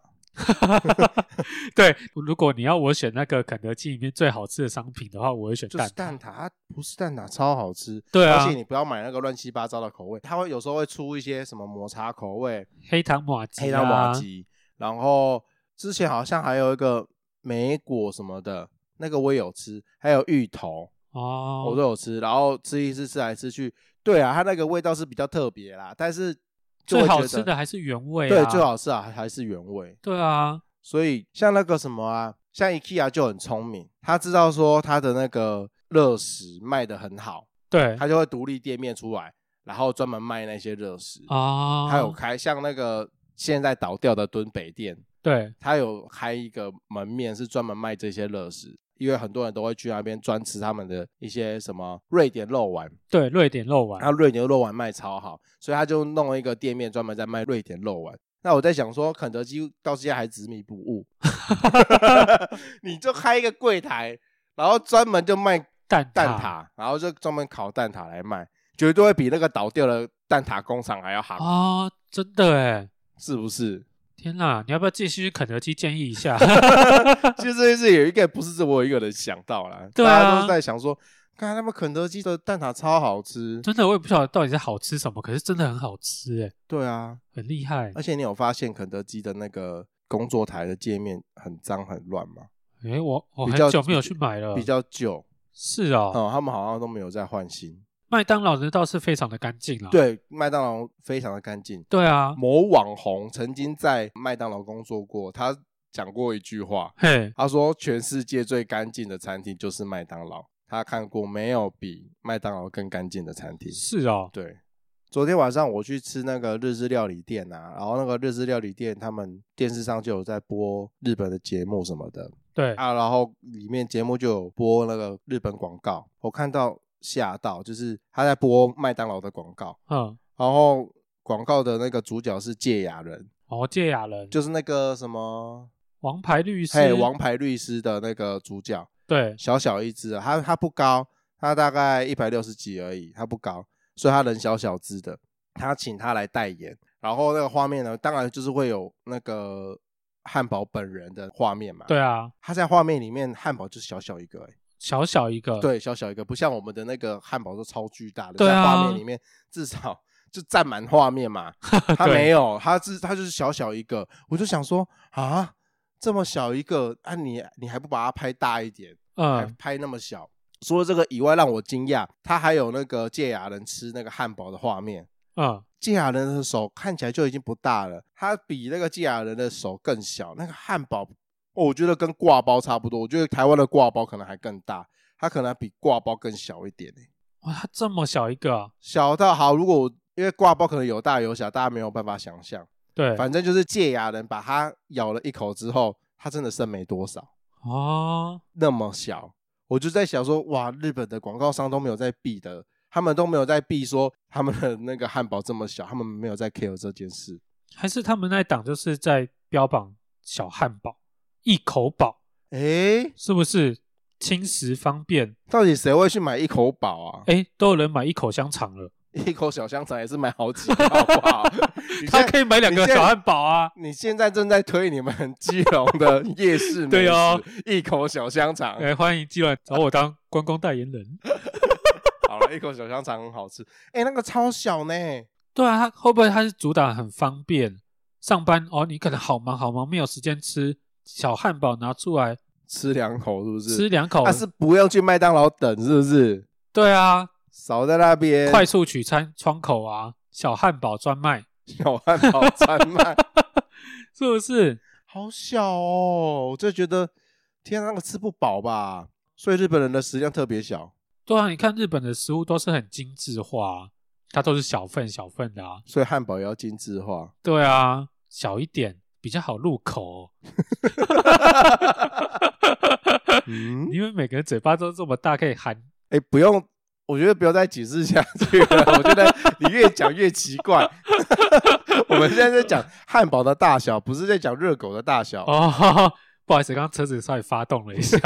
[SPEAKER 1] 对，如果你要我选那个肯德基里面最好吃的商品的话，我会选
[SPEAKER 2] 就是
[SPEAKER 1] 蛋挞。
[SPEAKER 2] 蛋挞，它不是蛋挞，超好吃。
[SPEAKER 1] 对啊
[SPEAKER 2] 而且你不要买那个乱七八糟的口味，它会有时候会出一些什么抹茶口味、
[SPEAKER 1] 黑糖玛吉、啊，
[SPEAKER 2] 黑糖玛吉，然后之前好像还有一个莓果什么的，那个我也有吃，还有芋头
[SPEAKER 1] 哦，
[SPEAKER 2] 我都有吃，然后吃一次吃来吃去，对啊，它那个味道是比较特别啦，但是就会
[SPEAKER 1] 最好
[SPEAKER 2] 觉
[SPEAKER 1] 吃
[SPEAKER 2] 得
[SPEAKER 1] 的还是原味、啊，
[SPEAKER 2] 对最好吃啊，还还是原味。
[SPEAKER 1] 对啊，
[SPEAKER 2] 所以像那个什么啊，像 IKEA 就很聪明，他知道说他的那个热食卖的很好，
[SPEAKER 1] 对
[SPEAKER 2] 他就会独立店面出来，然后专门卖那些热食。
[SPEAKER 1] 啊，
[SPEAKER 2] 还有开像那个现在倒掉的敦北店，
[SPEAKER 1] 对
[SPEAKER 2] 他有开一个门面是专门卖这些热食，因为很多人都会去那边专吃他们的一些什么瑞典肉丸，
[SPEAKER 1] 对瑞典肉丸，
[SPEAKER 2] 他瑞典肉丸卖超好，所以他就弄了一个店面专门在卖瑞典肉丸。那我在想说，肯德基到现在还执迷不悟， 你就开一个柜台，然后专门就卖
[SPEAKER 1] 蛋挞
[SPEAKER 2] 蛋挞，然后就专门烤蛋挞来卖，绝对会比那个倒掉的蛋挞工厂还要行，
[SPEAKER 1] 啊、真的哎，
[SPEAKER 2] 是不 是？
[SPEAKER 1] 天哪，你要不要继续去肯德基建议一 下？
[SPEAKER 2] 其实这件事有一个不是我一个人想到啦，
[SPEAKER 1] 对啊
[SPEAKER 2] 大家都在想说，看他们肯德基的蛋挞超好吃，
[SPEAKER 1] 真的，我也不晓得到底是好吃什么，可是真的很好吃哎，
[SPEAKER 2] 对啊，
[SPEAKER 1] 很厉害
[SPEAKER 2] 而且你有发现肯德基的那个工作台的界面很脏很乱吗？
[SPEAKER 1] 哎，我我
[SPEAKER 2] 比较
[SPEAKER 1] 很久没有去买了，
[SPEAKER 2] 比较旧
[SPEAKER 1] 是嗯哦，
[SPEAKER 2] 哦、嗯他们好像都没有在换新。
[SPEAKER 1] 麦当劳的倒是非常的干净啦，
[SPEAKER 2] 对，麦当劳非常的干净。
[SPEAKER 1] 对啊，
[SPEAKER 2] 某网红曾经在麦当劳工作过，他讲过一句话，
[SPEAKER 1] 嘿，
[SPEAKER 2] 他说：“全世界最干净的餐厅就是麦当劳。”他看过没有比麦当劳更干净的餐厅？
[SPEAKER 1] 是哦，
[SPEAKER 2] 对，昨天晚上我去吃那个日式料理店啊，然后那个日式料理店他们电视上就有在播日本的节目什么的
[SPEAKER 1] 对，
[SPEAKER 2] 啊，然后里面节目就有播那个日本广告，我看到吓到，就是他在播麦当劳的广告，
[SPEAKER 1] 嗯，
[SPEAKER 2] 然后广告的那个主角是芥雅人，
[SPEAKER 1] 哦，芥雅人
[SPEAKER 2] 就是那个什么。
[SPEAKER 1] 王牌律师，
[SPEAKER 2] 嘿，王牌律师的那个主角，
[SPEAKER 1] 对，
[SPEAKER 2] 小小一只啊，他他不高，他大概一百六十几而已，他不高，所以他人小小只的。他请他来代言，然后那个画面呢，当然就是会有那个汉堡本人的画面嘛。
[SPEAKER 1] 对，啊，
[SPEAKER 2] 他在画面里面，汉堡就是小小一个、欸，
[SPEAKER 1] 小小一个，
[SPEAKER 2] 对，小小一个，不像我们的那个汉堡都超巨大的，
[SPEAKER 1] 对
[SPEAKER 2] 在
[SPEAKER 1] 啊
[SPEAKER 2] 画面里面至少就占满画面嘛。他
[SPEAKER 1] 对
[SPEAKER 2] 没有，他是他就是小小一个，我就想说啊，这么小一个啊你，你还不把它拍大一点？还
[SPEAKER 1] 嗯，
[SPEAKER 2] 拍那么小。除了这个以外，让我惊讶，他还有那个芥雅人吃那个汉堡的画面。
[SPEAKER 1] 嗯，
[SPEAKER 2] 芥雅人的手看起来就已经不大了，他比那个芥雅人的手更小。那个汉堡，哦我觉得跟挂包差不多，我觉得台湾的挂包可能还更大，它可能比挂包更小一点、欸、
[SPEAKER 1] 哇，它这么小一个啊，
[SPEAKER 2] 小到好，如果我因为挂包可能有大有小，大家没有办法想象。
[SPEAKER 1] 对，
[SPEAKER 2] 反正就是芥雅人把它咬了一口之后，它真的剩没多少，
[SPEAKER 1] 哦，
[SPEAKER 2] 那么小，我就在想说，哇，日本的广告商都没有在避的，他们都没有在避说他们的那个汉堡这么小，他们没有在 care 这件事。
[SPEAKER 1] 还是他们那一档就是在标榜小汉堡、一口饱，
[SPEAKER 2] 诶、
[SPEAKER 1] 是不是轻食方便？
[SPEAKER 2] 到底谁会去买一口饱啊？
[SPEAKER 1] 哎，都有人买一口香肠了，
[SPEAKER 2] 一口小香肠也是买好几个， 好不 好？你
[SPEAKER 1] 他
[SPEAKER 2] 现在
[SPEAKER 1] 可以买两个小汉堡啊。
[SPEAKER 2] 你现在正在推你们基隆的夜市美食，
[SPEAKER 1] 对哦，
[SPEAKER 2] 一口小香肠。
[SPEAKER 1] 哎，欢迎基隆找我当观光代言人。
[SPEAKER 2] 好了，一口小香肠很好吃，哎、那个超小呢，
[SPEAKER 1] 对啊，他会不会他是主打很方便？上班哦，你可能好忙好忙，没有时间吃小汉堡，拿出来
[SPEAKER 2] 吃两口是不是？
[SPEAKER 1] 吃两口。
[SPEAKER 2] 他、是不用去麦当劳等，是不是？
[SPEAKER 1] 对啊，
[SPEAKER 2] 少在那边
[SPEAKER 1] 快速取餐窗口啊，小汉堡专卖，
[SPEAKER 2] 小汉堡餐卖，
[SPEAKER 1] 是不是？
[SPEAKER 2] 好小哦！我就觉得天啊，那个吃不饱吧？所以日本人的食量特别小，
[SPEAKER 1] 对啊，你看日本的食物都是很精致化、啊，它都是小份小份的啊。
[SPEAKER 2] 所以汉堡也要精致化。
[SPEAKER 1] 对啊，小一点比较好入口 哦、
[SPEAKER 2] 嗯，
[SPEAKER 1] 因为每个人嘴巴都这么大，可以含。
[SPEAKER 2] 哎、不用，我觉得不用再解释下去了。 我觉得你越讲越奇怪。 我们现在在讲汉堡的大小，不是在讲热狗的大小。
[SPEAKER 1] 哦， 不好意思，刚刚车子稍微发动了一下。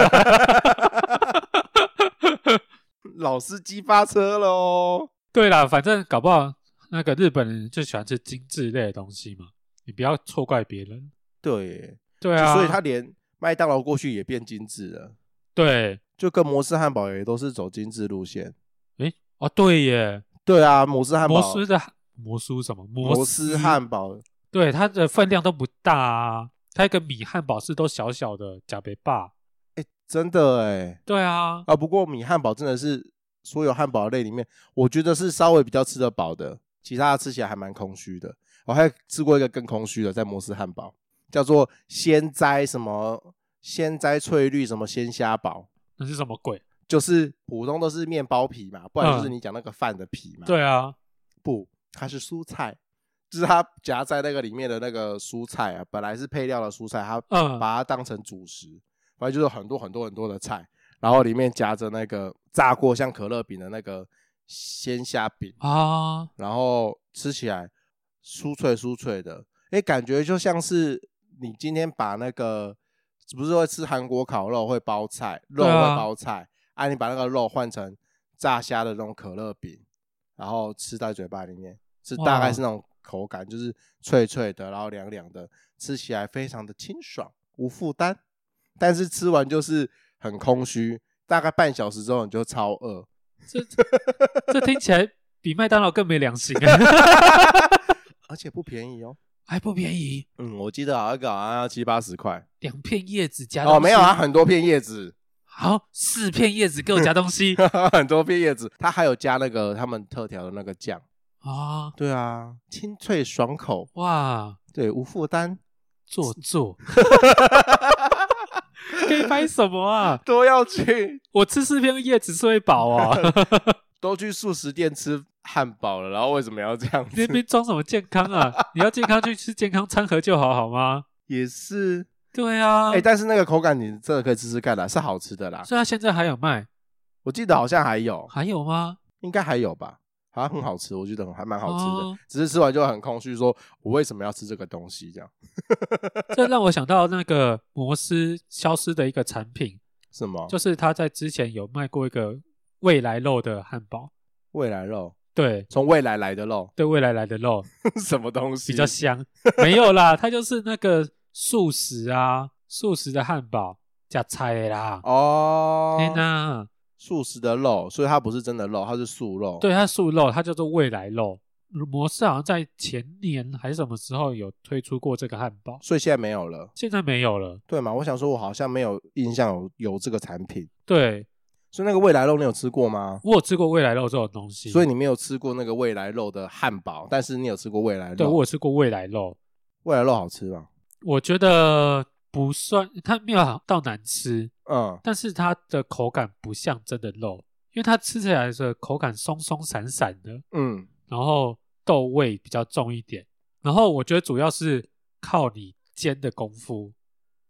[SPEAKER 2] 老司机发车喽！
[SPEAKER 1] 对啦，反正搞不好那个日本人就喜欢吃精致类的东西嘛，你不要错怪别人。
[SPEAKER 2] 对耶，
[SPEAKER 1] 对啊，
[SPEAKER 2] 所以他连麦当劳过去也变精致了。
[SPEAKER 1] 对，
[SPEAKER 2] 就跟摩斯汉堡也都是走精致路线。
[SPEAKER 1] 诶，哦对耶，
[SPEAKER 2] 对啊，摩斯汉堡，
[SPEAKER 1] 摩斯的摩斯什么摩
[SPEAKER 2] 摩斯汉堡，
[SPEAKER 1] 对，它的分量都不大啊，它一个米汉堡是都小小的，假别霸。
[SPEAKER 2] 真的哎、
[SPEAKER 1] 对啊，
[SPEAKER 2] 啊，不过米汉堡真的是所有汉堡类里面，我觉得是稍微比较吃得饱的，其他的吃起来还蛮空虚的。我还吃过一个更空虚的，在摩斯汉堡，叫做鲜摘什么鲜摘翠绿什么鲜虾堡，
[SPEAKER 1] 那是什么鬼？
[SPEAKER 2] 就是普通都是面包皮嘛，不然就是
[SPEAKER 1] 嗯
[SPEAKER 2] 你讲那个饭的皮嘛。
[SPEAKER 1] 对啊，
[SPEAKER 2] 不，它是蔬菜，就是它夹在那个里面的那个蔬菜啊，本来是配料的蔬菜，它
[SPEAKER 1] 嗯
[SPEAKER 2] 把它当成主食，反正就是很多很多很多的菜，然后里面夹着那个炸过像可乐饼的那个鲜虾饼，
[SPEAKER 1] 啊，
[SPEAKER 2] 然后吃起来酥脆酥脆的，哎，感觉就像是你今天把那个不是会吃韩国烤肉会包菜，肉
[SPEAKER 1] 对啊
[SPEAKER 2] 会包菜，啊，你把那个肉换成炸虾的那种可乐饼，然后吃在嘴巴里面，是大概
[SPEAKER 1] 哇
[SPEAKER 2] 是那种口感，就是脆脆的，然后凉凉的，吃起来非常的清爽无负担，但是吃完就是很空虚，大概半小时之后你就超饿。
[SPEAKER 1] 这这听起来比麦当劳更没良心 啊，
[SPEAKER 2] 而且不便宜哦，
[SPEAKER 1] 还不便宜，
[SPEAKER 2] 嗯，我记得好像一个好像要七八十块，
[SPEAKER 1] 两片叶子加
[SPEAKER 2] 哦，没有啊，
[SPEAKER 1] 啊，
[SPEAKER 2] 很多片叶子，
[SPEAKER 1] 好四片叶子给我加东西
[SPEAKER 2] 很多片叶子，它还有加那个他们特调的那个酱。
[SPEAKER 1] 啊，
[SPEAKER 2] 对啊，清脆爽口，
[SPEAKER 1] 哇，
[SPEAKER 2] 对，无负担，
[SPEAKER 1] 做作，可以拍什么啊？
[SPEAKER 2] 都要去，
[SPEAKER 1] 我吃四片叶子是会饱啊，
[SPEAKER 2] 都去素食店吃汉堡了，然后为什么要这样
[SPEAKER 1] 你那
[SPEAKER 2] 子？
[SPEAKER 1] 边装什么健康啊？你要健康去吃健康餐盒就好，好吗？
[SPEAKER 2] 也是，
[SPEAKER 1] 对啊，
[SPEAKER 2] 哎、但是那个口感你真的可以吃吃看啦，是好吃的啦。
[SPEAKER 1] 所以它现在还有卖，
[SPEAKER 2] 我记得好像还有，
[SPEAKER 1] 还有吗？
[SPEAKER 2] 应该还有吧，好像很好吃，我觉得很还蛮好吃的，
[SPEAKER 1] 哦
[SPEAKER 2] 只是吃完就很空虚，说我为什么要吃这个东西？这样
[SPEAKER 1] 这让我想到那个摩斯消失的一个产品，
[SPEAKER 2] 什么？
[SPEAKER 1] 就是他在之前有卖过一个未来肉的汉堡，
[SPEAKER 2] 未来肉，
[SPEAKER 1] 对
[SPEAKER 2] 从未来来的肉，
[SPEAKER 1] 对，未来来的肉
[SPEAKER 2] 什么东西？
[SPEAKER 1] 比较香，没有啦，它就是那个素食啊，素食的汉堡加菜的啦，
[SPEAKER 2] 哦，
[SPEAKER 1] 天哪，
[SPEAKER 2] 素食的肉，所以它不是真的肉，它是素肉。
[SPEAKER 1] 对，它素肉，它叫做未来肉。摩斯好像在前年还是什么时候有推出过这个汉堡，
[SPEAKER 2] 所以现在没有了，
[SPEAKER 1] 现在没有了。
[SPEAKER 2] 对吗？我想说，我好像没有印象有有这个产品。
[SPEAKER 1] 对
[SPEAKER 2] 所以那个未来肉你有吃过吗？
[SPEAKER 1] 我有吃过未来肉这种东西，
[SPEAKER 2] 所以你没有吃过那个未来肉的汉堡，但是你有吃过未来肉。
[SPEAKER 1] 对我有吃过未来肉，
[SPEAKER 2] 未来肉好吃吗？
[SPEAKER 1] 我觉得不算，它没有到难吃，
[SPEAKER 2] 嗯，
[SPEAKER 1] 但是它的口感不像真的肉，因为它吃起来的口感松松散散的，
[SPEAKER 2] 嗯，
[SPEAKER 1] 然后豆味比较重一点，然后我觉得主要是靠你煎的功夫，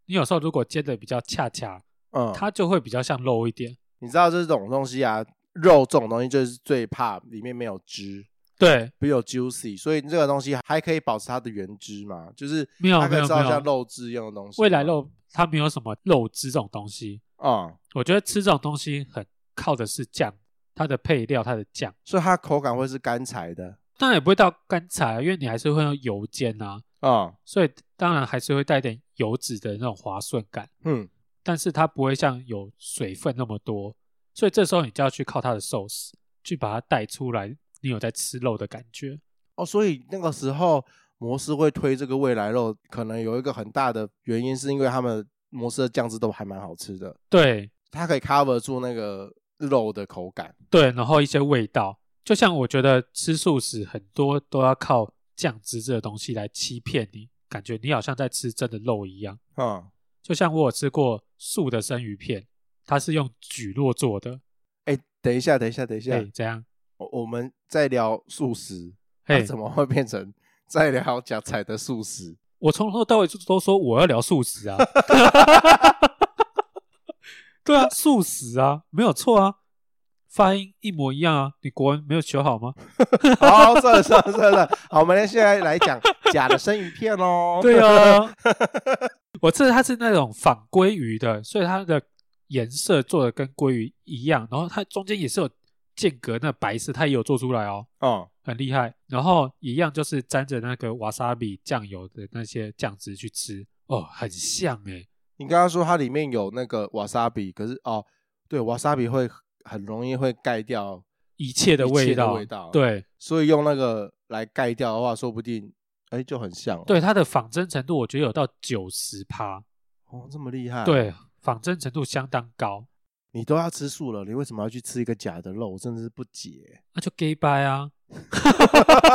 [SPEAKER 1] 你有时候如果煎的比较恰恰，
[SPEAKER 2] 嗯，
[SPEAKER 1] 它就会比较像肉一点，
[SPEAKER 2] 你知道这种东西啊，肉这种东西就是最怕里面没有汁，
[SPEAKER 1] 对，
[SPEAKER 2] 没有 juicy，所以这个东西还可以保持它的原汁嘛，就是
[SPEAKER 1] 没有
[SPEAKER 2] 它可
[SPEAKER 1] 没
[SPEAKER 2] 以
[SPEAKER 1] 有
[SPEAKER 2] 造
[SPEAKER 1] 没有
[SPEAKER 2] 像肉汁一样的东西嘛。
[SPEAKER 1] 未来肉它没有什么肉汁这种东西，
[SPEAKER 2] 啊、
[SPEAKER 1] 我觉得吃这种东西很靠的是酱，它的配料，它的酱，
[SPEAKER 2] 所以它口感会是干柴的
[SPEAKER 1] 当然也不会到干柴，啊因为你还是会用油煎啊，
[SPEAKER 2] 啊、
[SPEAKER 1] 所以当然还是会带点油脂的那种滑顺感，
[SPEAKER 2] 嗯，
[SPEAKER 1] 但是它不会像有水分那么多，所以这时候你就要去靠它的 sauce 去把它带出来，你有在吃肉的感觉。
[SPEAKER 2] 哦，所以那个时候摩斯会推这个未来肉，可能有一个很大的原因是因为他们摩斯的酱汁都还蛮好吃的，
[SPEAKER 1] 对
[SPEAKER 2] 它可以 cover 住那个肉的口感。
[SPEAKER 1] 对，然后一些味道，就像我觉得吃素食很多都要靠酱汁这个东西来欺骗你，感觉你好像在吃真的肉一样。
[SPEAKER 2] 嗯，
[SPEAKER 1] 就像我有吃过素的生鱼片，它是用蒟蒻做的，
[SPEAKER 2] 哎、等一下，等一下，等一下，
[SPEAKER 1] 哎，这样，
[SPEAKER 2] 我我们在聊素食，它
[SPEAKER 1] 哎，
[SPEAKER 2] 怎么会变成在聊假菜的素食？
[SPEAKER 1] 我从头到尾就都说我要聊素食啊，对啊，素食啊，没有错啊，发音一模一样啊，你国文没有学好吗？
[SPEAKER 2] 好，算了算了算了，好，我们现在来讲假的生鱼片哦。
[SPEAKER 1] 对啊， 我吃的它是那种仿鲑鱼的，所以它的颜色做的跟鲑鱼一样，然后它中间也是有间隔，那白色它也有做出来哦，
[SPEAKER 2] 哦，
[SPEAKER 1] 很厉害。然后一样就是沾着那个瓦萨比酱油的那些酱汁去吃，哦，很像欸诶、
[SPEAKER 2] 你刚刚说它里面有那个瓦萨比，可是哦，对，瓦萨比会很容易会盖掉，
[SPEAKER 1] 一切的
[SPEAKER 2] 一切
[SPEAKER 1] 味
[SPEAKER 2] 的
[SPEAKER 1] 道，
[SPEAKER 2] 味道
[SPEAKER 1] 对
[SPEAKER 2] 所以用那个来盖掉的话，说不定哎就很像、哦。，
[SPEAKER 1] 对，它的仿真程度我觉得有到九十趴，
[SPEAKER 2] 哦，这么厉害。，
[SPEAKER 1] 对，仿真程度相当高，
[SPEAKER 2] 你都要吃素了，你为什么要去吃一个假的肉？我真的是不解。
[SPEAKER 1] 那就 gay bye 啊，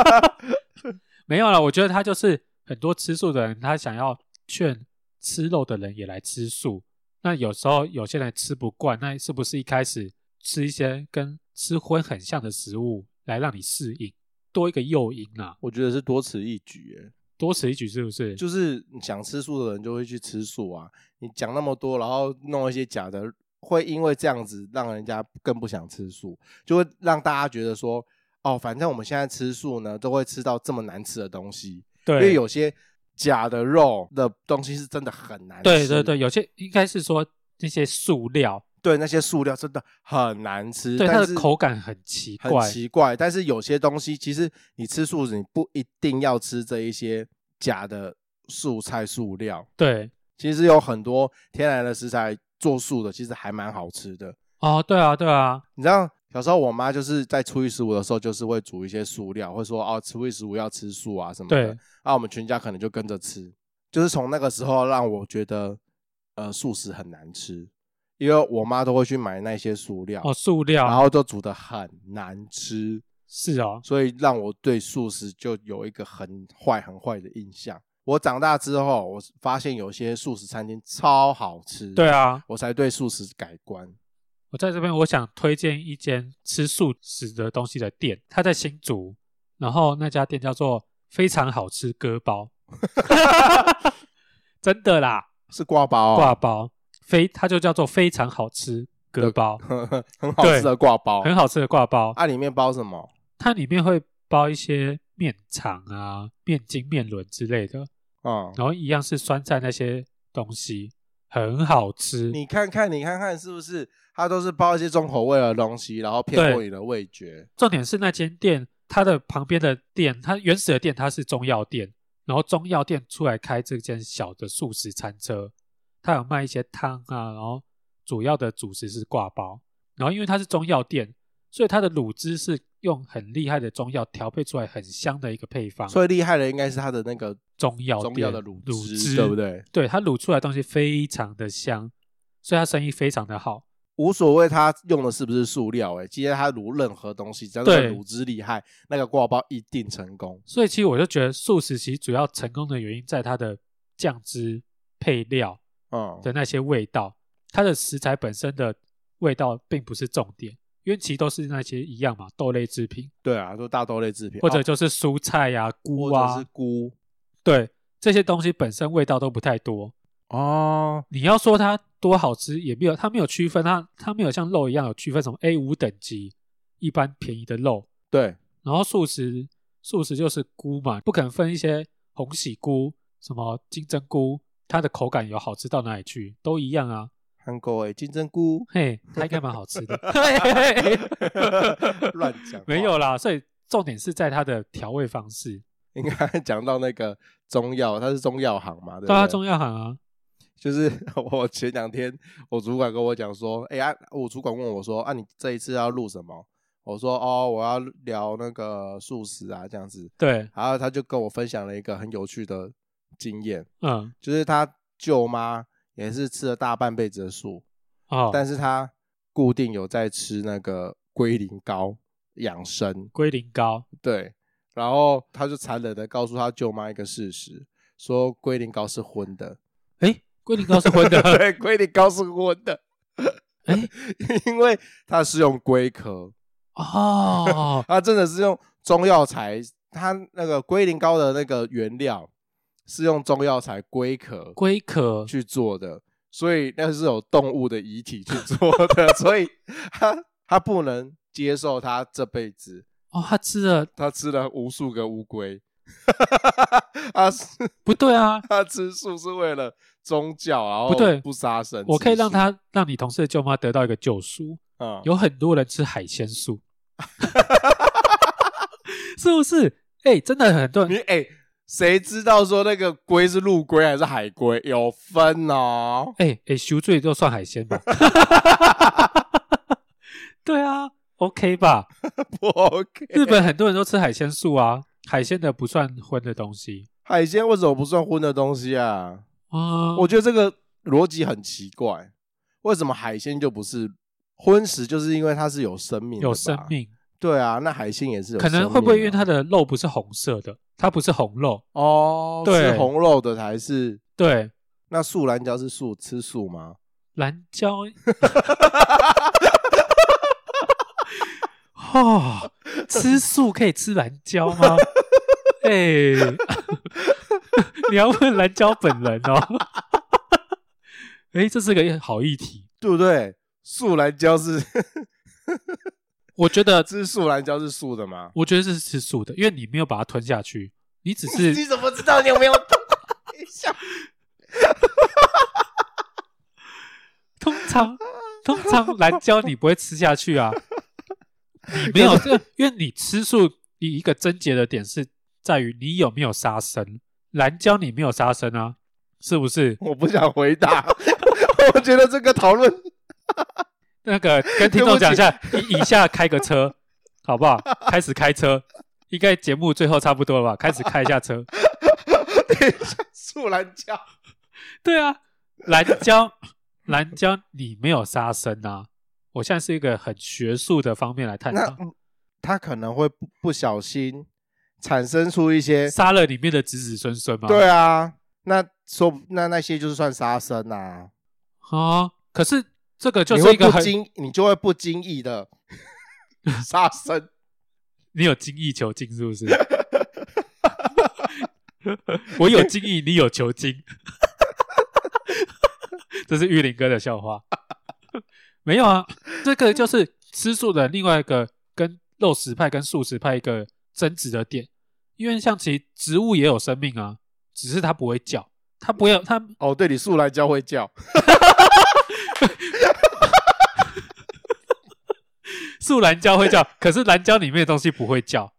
[SPEAKER 1] 没有啦，我觉得他就是很多吃素的人，他想要劝吃肉的人也来吃素。那有时候有些人吃不惯，那是不是一开始吃一些跟吃荤很像的食物来让你适应，多一个诱因啊？
[SPEAKER 2] 我觉得是多此一举，哎，
[SPEAKER 1] 多此一举是不是？
[SPEAKER 2] 就是你想吃素的人就会去吃素啊。你讲那么多，然后弄一些假的，会因为这样子让人家更不想吃素，就会让大家觉得说，哦，反正我们现在吃素呢，都会吃到这么难吃的东西，因为
[SPEAKER 1] 对，
[SPEAKER 2] 有些假的肉的东西是真的很难吃，
[SPEAKER 1] 对对对，有些应该是说那些素料，
[SPEAKER 2] 对，那些塑料真的很难吃，
[SPEAKER 1] 对
[SPEAKER 2] 但
[SPEAKER 1] 它
[SPEAKER 2] 是
[SPEAKER 1] 的口感很奇
[SPEAKER 2] 很
[SPEAKER 1] 怪，
[SPEAKER 2] 奇怪。但是有些东西，其实你吃素食，你不一定要吃这一些假的素菜素料。
[SPEAKER 1] 对，
[SPEAKER 2] 其实有很多天然的食材做素的，其实还蛮好吃的。
[SPEAKER 1] 哦，对啊，对啊，
[SPEAKER 2] 你知道，小时候我妈就是在初一十五的时候，就是会煮一些素料，会说哦，初一十五要吃素啊什么的
[SPEAKER 1] 对。
[SPEAKER 2] 啊，我们全家可能就跟着吃。就是从那个时候让我觉得，呃，素食很难吃，因为我妈都会去买那些素料，
[SPEAKER 1] 哦，素
[SPEAKER 2] 然
[SPEAKER 1] 料
[SPEAKER 2] 后都煮的很难吃，
[SPEAKER 1] 是哦，
[SPEAKER 2] 所以让我对素食就有一个很坏很坏的印象。我长大之后，我发现有些素食餐厅超好吃，
[SPEAKER 1] 对啊，
[SPEAKER 2] 我才对素食改观。
[SPEAKER 1] 我在这边，我想推荐一间吃素食的东西的店，它在新竹，然后那家店叫做非常好吃割包， 真的啦，
[SPEAKER 2] 是挂包、
[SPEAKER 1] 挂
[SPEAKER 2] 哦，
[SPEAKER 1] 包非它就叫做非常好吃割 包，
[SPEAKER 2] 挂很好吃的挂包。
[SPEAKER 1] 很好吃的挂包，
[SPEAKER 2] 啊，里面包什么？
[SPEAKER 1] 它里面会包一些面肠啊、面筋、面轮之类的，
[SPEAKER 2] 嗯，
[SPEAKER 1] 然后一样是酸菜那些东西，很好吃。
[SPEAKER 2] 你看看，你看看，是不是它都是包一些重口味的东西，然后骗
[SPEAKER 1] 对
[SPEAKER 2] 过你的味觉？
[SPEAKER 1] 重点是那间店，它的旁边的店，它原始的店它是中药店，然后中药店出来开这间小的素食餐车，它有卖一些汤啊，然后主要的主食是挂包，然后因为它是中药店，所以它的卤汁是用很厉害的中药调配出来很香的一个配方，
[SPEAKER 2] 所以厉害的应该是它的那个
[SPEAKER 1] 中药
[SPEAKER 2] 中
[SPEAKER 1] 店
[SPEAKER 2] 药的卤
[SPEAKER 1] 卤
[SPEAKER 2] 汁，对不？对？
[SPEAKER 1] 对，它卤出来的东西非常的香，所以它生意非常的好。
[SPEAKER 2] 无所谓它用的是不是塑料、欸，哎，今天它卤任何东西，只要是
[SPEAKER 1] 对
[SPEAKER 2] 卤汁厉害，那个挂包一定成功。
[SPEAKER 1] 所以其实我就觉得素食其实主要成功的原因在它的酱汁配料。
[SPEAKER 2] 嗯，
[SPEAKER 1] 的那些味道，它的食材本身的味道并不是重点，因为其实都是那些一样嘛，豆类制品
[SPEAKER 2] 对啊，都大豆类制品，
[SPEAKER 1] 或者
[SPEAKER 2] 哦
[SPEAKER 1] 就是蔬菜呀、菇
[SPEAKER 2] 或者是
[SPEAKER 1] 啊，
[SPEAKER 2] 菇
[SPEAKER 1] 对这些东西本身味道都不太多，
[SPEAKER 2] 哦，
[SPEAKER 1] 你要说它多好吃，也没有，它没有区分，它它没有像肉一样有区分什么 A 五等级，一般便宜的肉，
[SPEAKER 2] 对，
[SPEAKER 1] 然后素食素食就是菇嘛，不肯分一些红喜菇、什么金针菇，它的口感有好吃到哪里去，都一样啊。
[SPEAKER 2] 韩国诶，金针菇
[SPEAKER 1] 嘿，它应该蛮好吃的。
[SPEAKER 2] 乱讲话
[SPEAKER 1] 没有啦，所以重点是在它的调味方式。
[SPEAKER 2] 应该讲到那个中药，它是中药行嘛，对不
[SPEAKER 1] 对啊，
[SPEAKER 2] 对？
[SPEAKER 1] 中药行啊，
[SPEAKER 2] 就是 我前两天我主管跟我讲说，哎、啊，我主管问我说，啊，你这一次要录什么？我说哦，我要聊那个素食啊，这样子。
[SPEAKER 1] 对，
[SPEAKER 2] 然后他就跟我分享了一个很有趣的经验，
[SPEAKER 1] 嗯，
[SPEAKER 2] 就是他舅妈也是吃了大半辈子的素，
[SPEAKER 1] 哦，
[SPEAKER 2] 但是他固定有在吃那个龟苓膏养生，
[SPEAKER 1] 龟苓膏，
[SPEAKER 2] 对。然后他就残忍的告诉他舅妈一个事实，说龟苓膏是荤的。
[SPEAKER 1] 诶，龟苓膏是荤的，
[SPEAKER 2] 对，龟苓膏是荤的。
[SPEAKER 1] 诶
[SPEAKER 2] 因为它是用龟壳，
[SPEAKER 1] 哦，
[SPEAKER 2] 它真的是用中药材，它那个龟苓膏的那个原料是用中药材龟壳
[SPEAKER 1] 龟壳，
[SPEAKER 2] 去做的，所以那是有动物的遗体去做的， 所以他他不能接受他这辈子
[SPEAKER 1] 哦，他吃了，
[SPEAKER 2] 他吃了无数个乌龟， 他是
[SPEAKER 1] 不对啊，
[SPEAKER 2] 他吃素是为了宗教，然后
[SPEAKER 1] 不对
[SPEAKER 2] 不杀生吃素，
[SPEAKER 1] 我可以让他让你同事的舅妈得到一个救赎。
[SPEAKER 2] 嗯
[SPEAKER 1] 有很多人吃海鲜素， 是不是？诶，真的很多
[SPEAKER 2] 你
[SPEAKER 1] 人，
[SPEAKER 2] 哎。谁知道说那个龟是陆龟还是海龟？有分哦。
[SPEAKER 1] 诶诶，赎哎罪就算海鲜吧？ 对啊，OK 吧？
[SPEAKER 2] 不 OK，
[SPEAKER 1] 日本很多人都吃海鲜素啊，海鲜的不算荤的东西
[SPEAKER 2] 海鲜为什么不算荤的东西啊？
[SPEAKER 1] 啊。
[SPEAKER 2] 我觉得这个逻辑很奇怪，为什么海鲜就不是荤食？就是因为它是有生命，
[SPEAKER 1] 有生，命，
[SPEAKER 2] 对啊，那海鲜也是有
[SPEAKER 1] 可
[SPEAKER 2] 生命啊，
[SPEAKER 1] 能会不会因为它的肉不是红色的，它不是红肉？
[SPEAKER 2] 哦，
[SPEAKER 1] 对
[SPEAKER 2] 吃红肉的才是。
[SPEAKER 1] 对，
[SPEAKER 2] 那素兰椒是素吃素吗？
[SPEAKER 1] 蓝椒。哦，吃素可以吃蓝椒吗？哎、 你要问蓝椒本人哦。哎、这是个好议题。
[SPEAKER 2] 对不对？素兰椒是，
[SPEAKER 1] 我觉得
[SPEAKER 2] 吃素兰椒是素的吗？
[SPEAKER 1] 我觉得是吃素的，因为你没有把它吞下去，你只
[SPEAKER 2] 你
[SPEAKER 1] 是
[SPEAKER 2] 怎么知道你有没有？等一下
[SPEAKER 1] 通常通常蓝椒你不会吃下去 啊。你没有这，因为你吃素，你一个症结的点是在于你有没有杀生。蓝椒你没有杀生啊，是不是？
[SPEAKER 2] 我不想回答， 我觉得这个讨论
[SPEAKER 1] 那个跟听众讲一下，以以下开个车，好不好？开始开车，应该节目最后差不多了吧？开始开一下 车。
[SPEAKER 2] 等一下，素兰椒
[SPEAKER 1] 对啊，蓝椒，蓝椒你没有杀生啊。我现在是一个很学术的方面来探
[SPEAKER 2] 那
[SPEAKER 1] 讨，
[SPEAKER 2] 嗯他可能会不不小心产生出一些，
[SPEAKER 1] 杀了里面的子子孙孙嘛。
[SPEAKER 2] 对啊，那说那那些就是算杀生啊，
[SPEAKER 1] 哦，可是这个就
[SPEAKER 2] 你
[SPEAKER 1] 是
[SPEAKER 2] 会
[SPEAKER 1] 一个
[SPEAKER 2] 不
[SPEAKER 1] 很
[SPEAKER 2] 经你就会不经意 的杀生，
[SPEAKER 1] 你有精益求精是不是？ 我有精益，你有求精， 这是玉林哥的笑话。 没有啊，这个就是吃素的另外一个跟肉食派跟素食派一个争执的点，因为像其实植物也有生命啊，只是它不会叫，它不会有它
[SPEAKER 2] 哦，对你素兰椒会叫，
[SPEAKER 1] 素兰椒会叫，可是蓝椒里面的东西不会叫，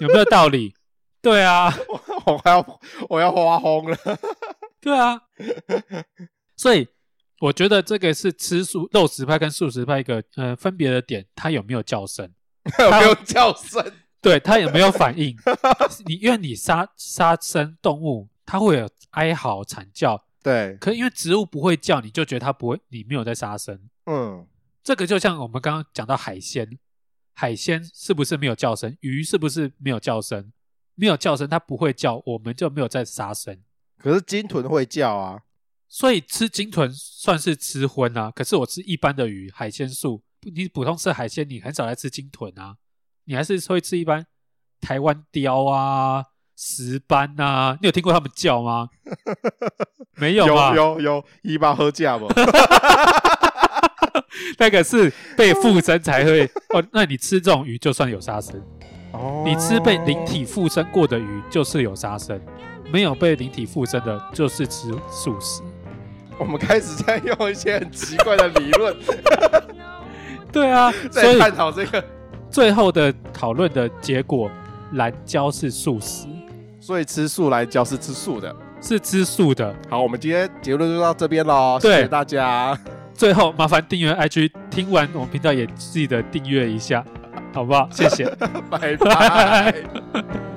[SPEAKER 1] 有没有道理？对啊，
[SPEAKER 2] 我要我要花红了，
[SPEAKER 1] 对啊，所以我觉得这个是吃素肉食派跟素食派一个呃分别的点，它有没有叫声？
[SPEAKER 2] 有没有叫声？
[SPEAKER 1] 对，它有没有反应？你因为你杀杀生动物，它会有哀嚎惨叫，
[SPEAKER 2] 对，
[SPEAKER 1] 可因为植物不会叫，你就觉得它不会，你没有在杀生。
[SPEAKER 2] 嗯，
[SPEAKER 1] 这个就像我们刚刚讲到海鲜，海鲜是不是没有叫声？鱼是不是没有叫声？没有叫声，它不会叫，我们就没有在杀生。
[SPEAKER 2] 可是鲸豚会叫啊，
[SPEAKER 1] 所以吃鲸豚算是吃荤啊，可是我吃一般的鱼、海鲜素，不你普通吃海鲜，你很少来吃鲸豚啊，你还是会吃一般台湾鲷啊、石斑啊，你有听过他们叫吗？没有吧？
[SPEAKER 2] 有有一八喝 价嘛，
[SPEAKER 1] 那个是被附身才会哦。那你吃这种鱼就算有杀生，
[SPEAKER 2] 哦
[SPEAKER 1] 你吃被灵体附身过的鱼就是有杀生，没有被灵体附身的就是吃素食。
[SPEAKER 2] 我们开始在用一些很奇怪的理 论
[SPEAKER 1] 对啊，所
[SPEAKER 2] 在
[SPEAKER 1] 以
[SPEAKER 2] 探讨这个，
[SPEAKER 1] 最后的讨论的结果，蓝椒是素食，
[SPEAKER 2] 所以吃素来教是吃素的。
[SPEAKER 1] 是吃素的。
[SPEAKER 2] 好，我们今天结论就到这边喽，谢
[SPEAKER 1] 对
[SPEAKER 2] 谢大家，
[SPEAKER 1] 最后麻烦订阅 IG，听完我们频道也记得订阅一下，好不好？谢谢。
[SPEAKER 2] 拜拜。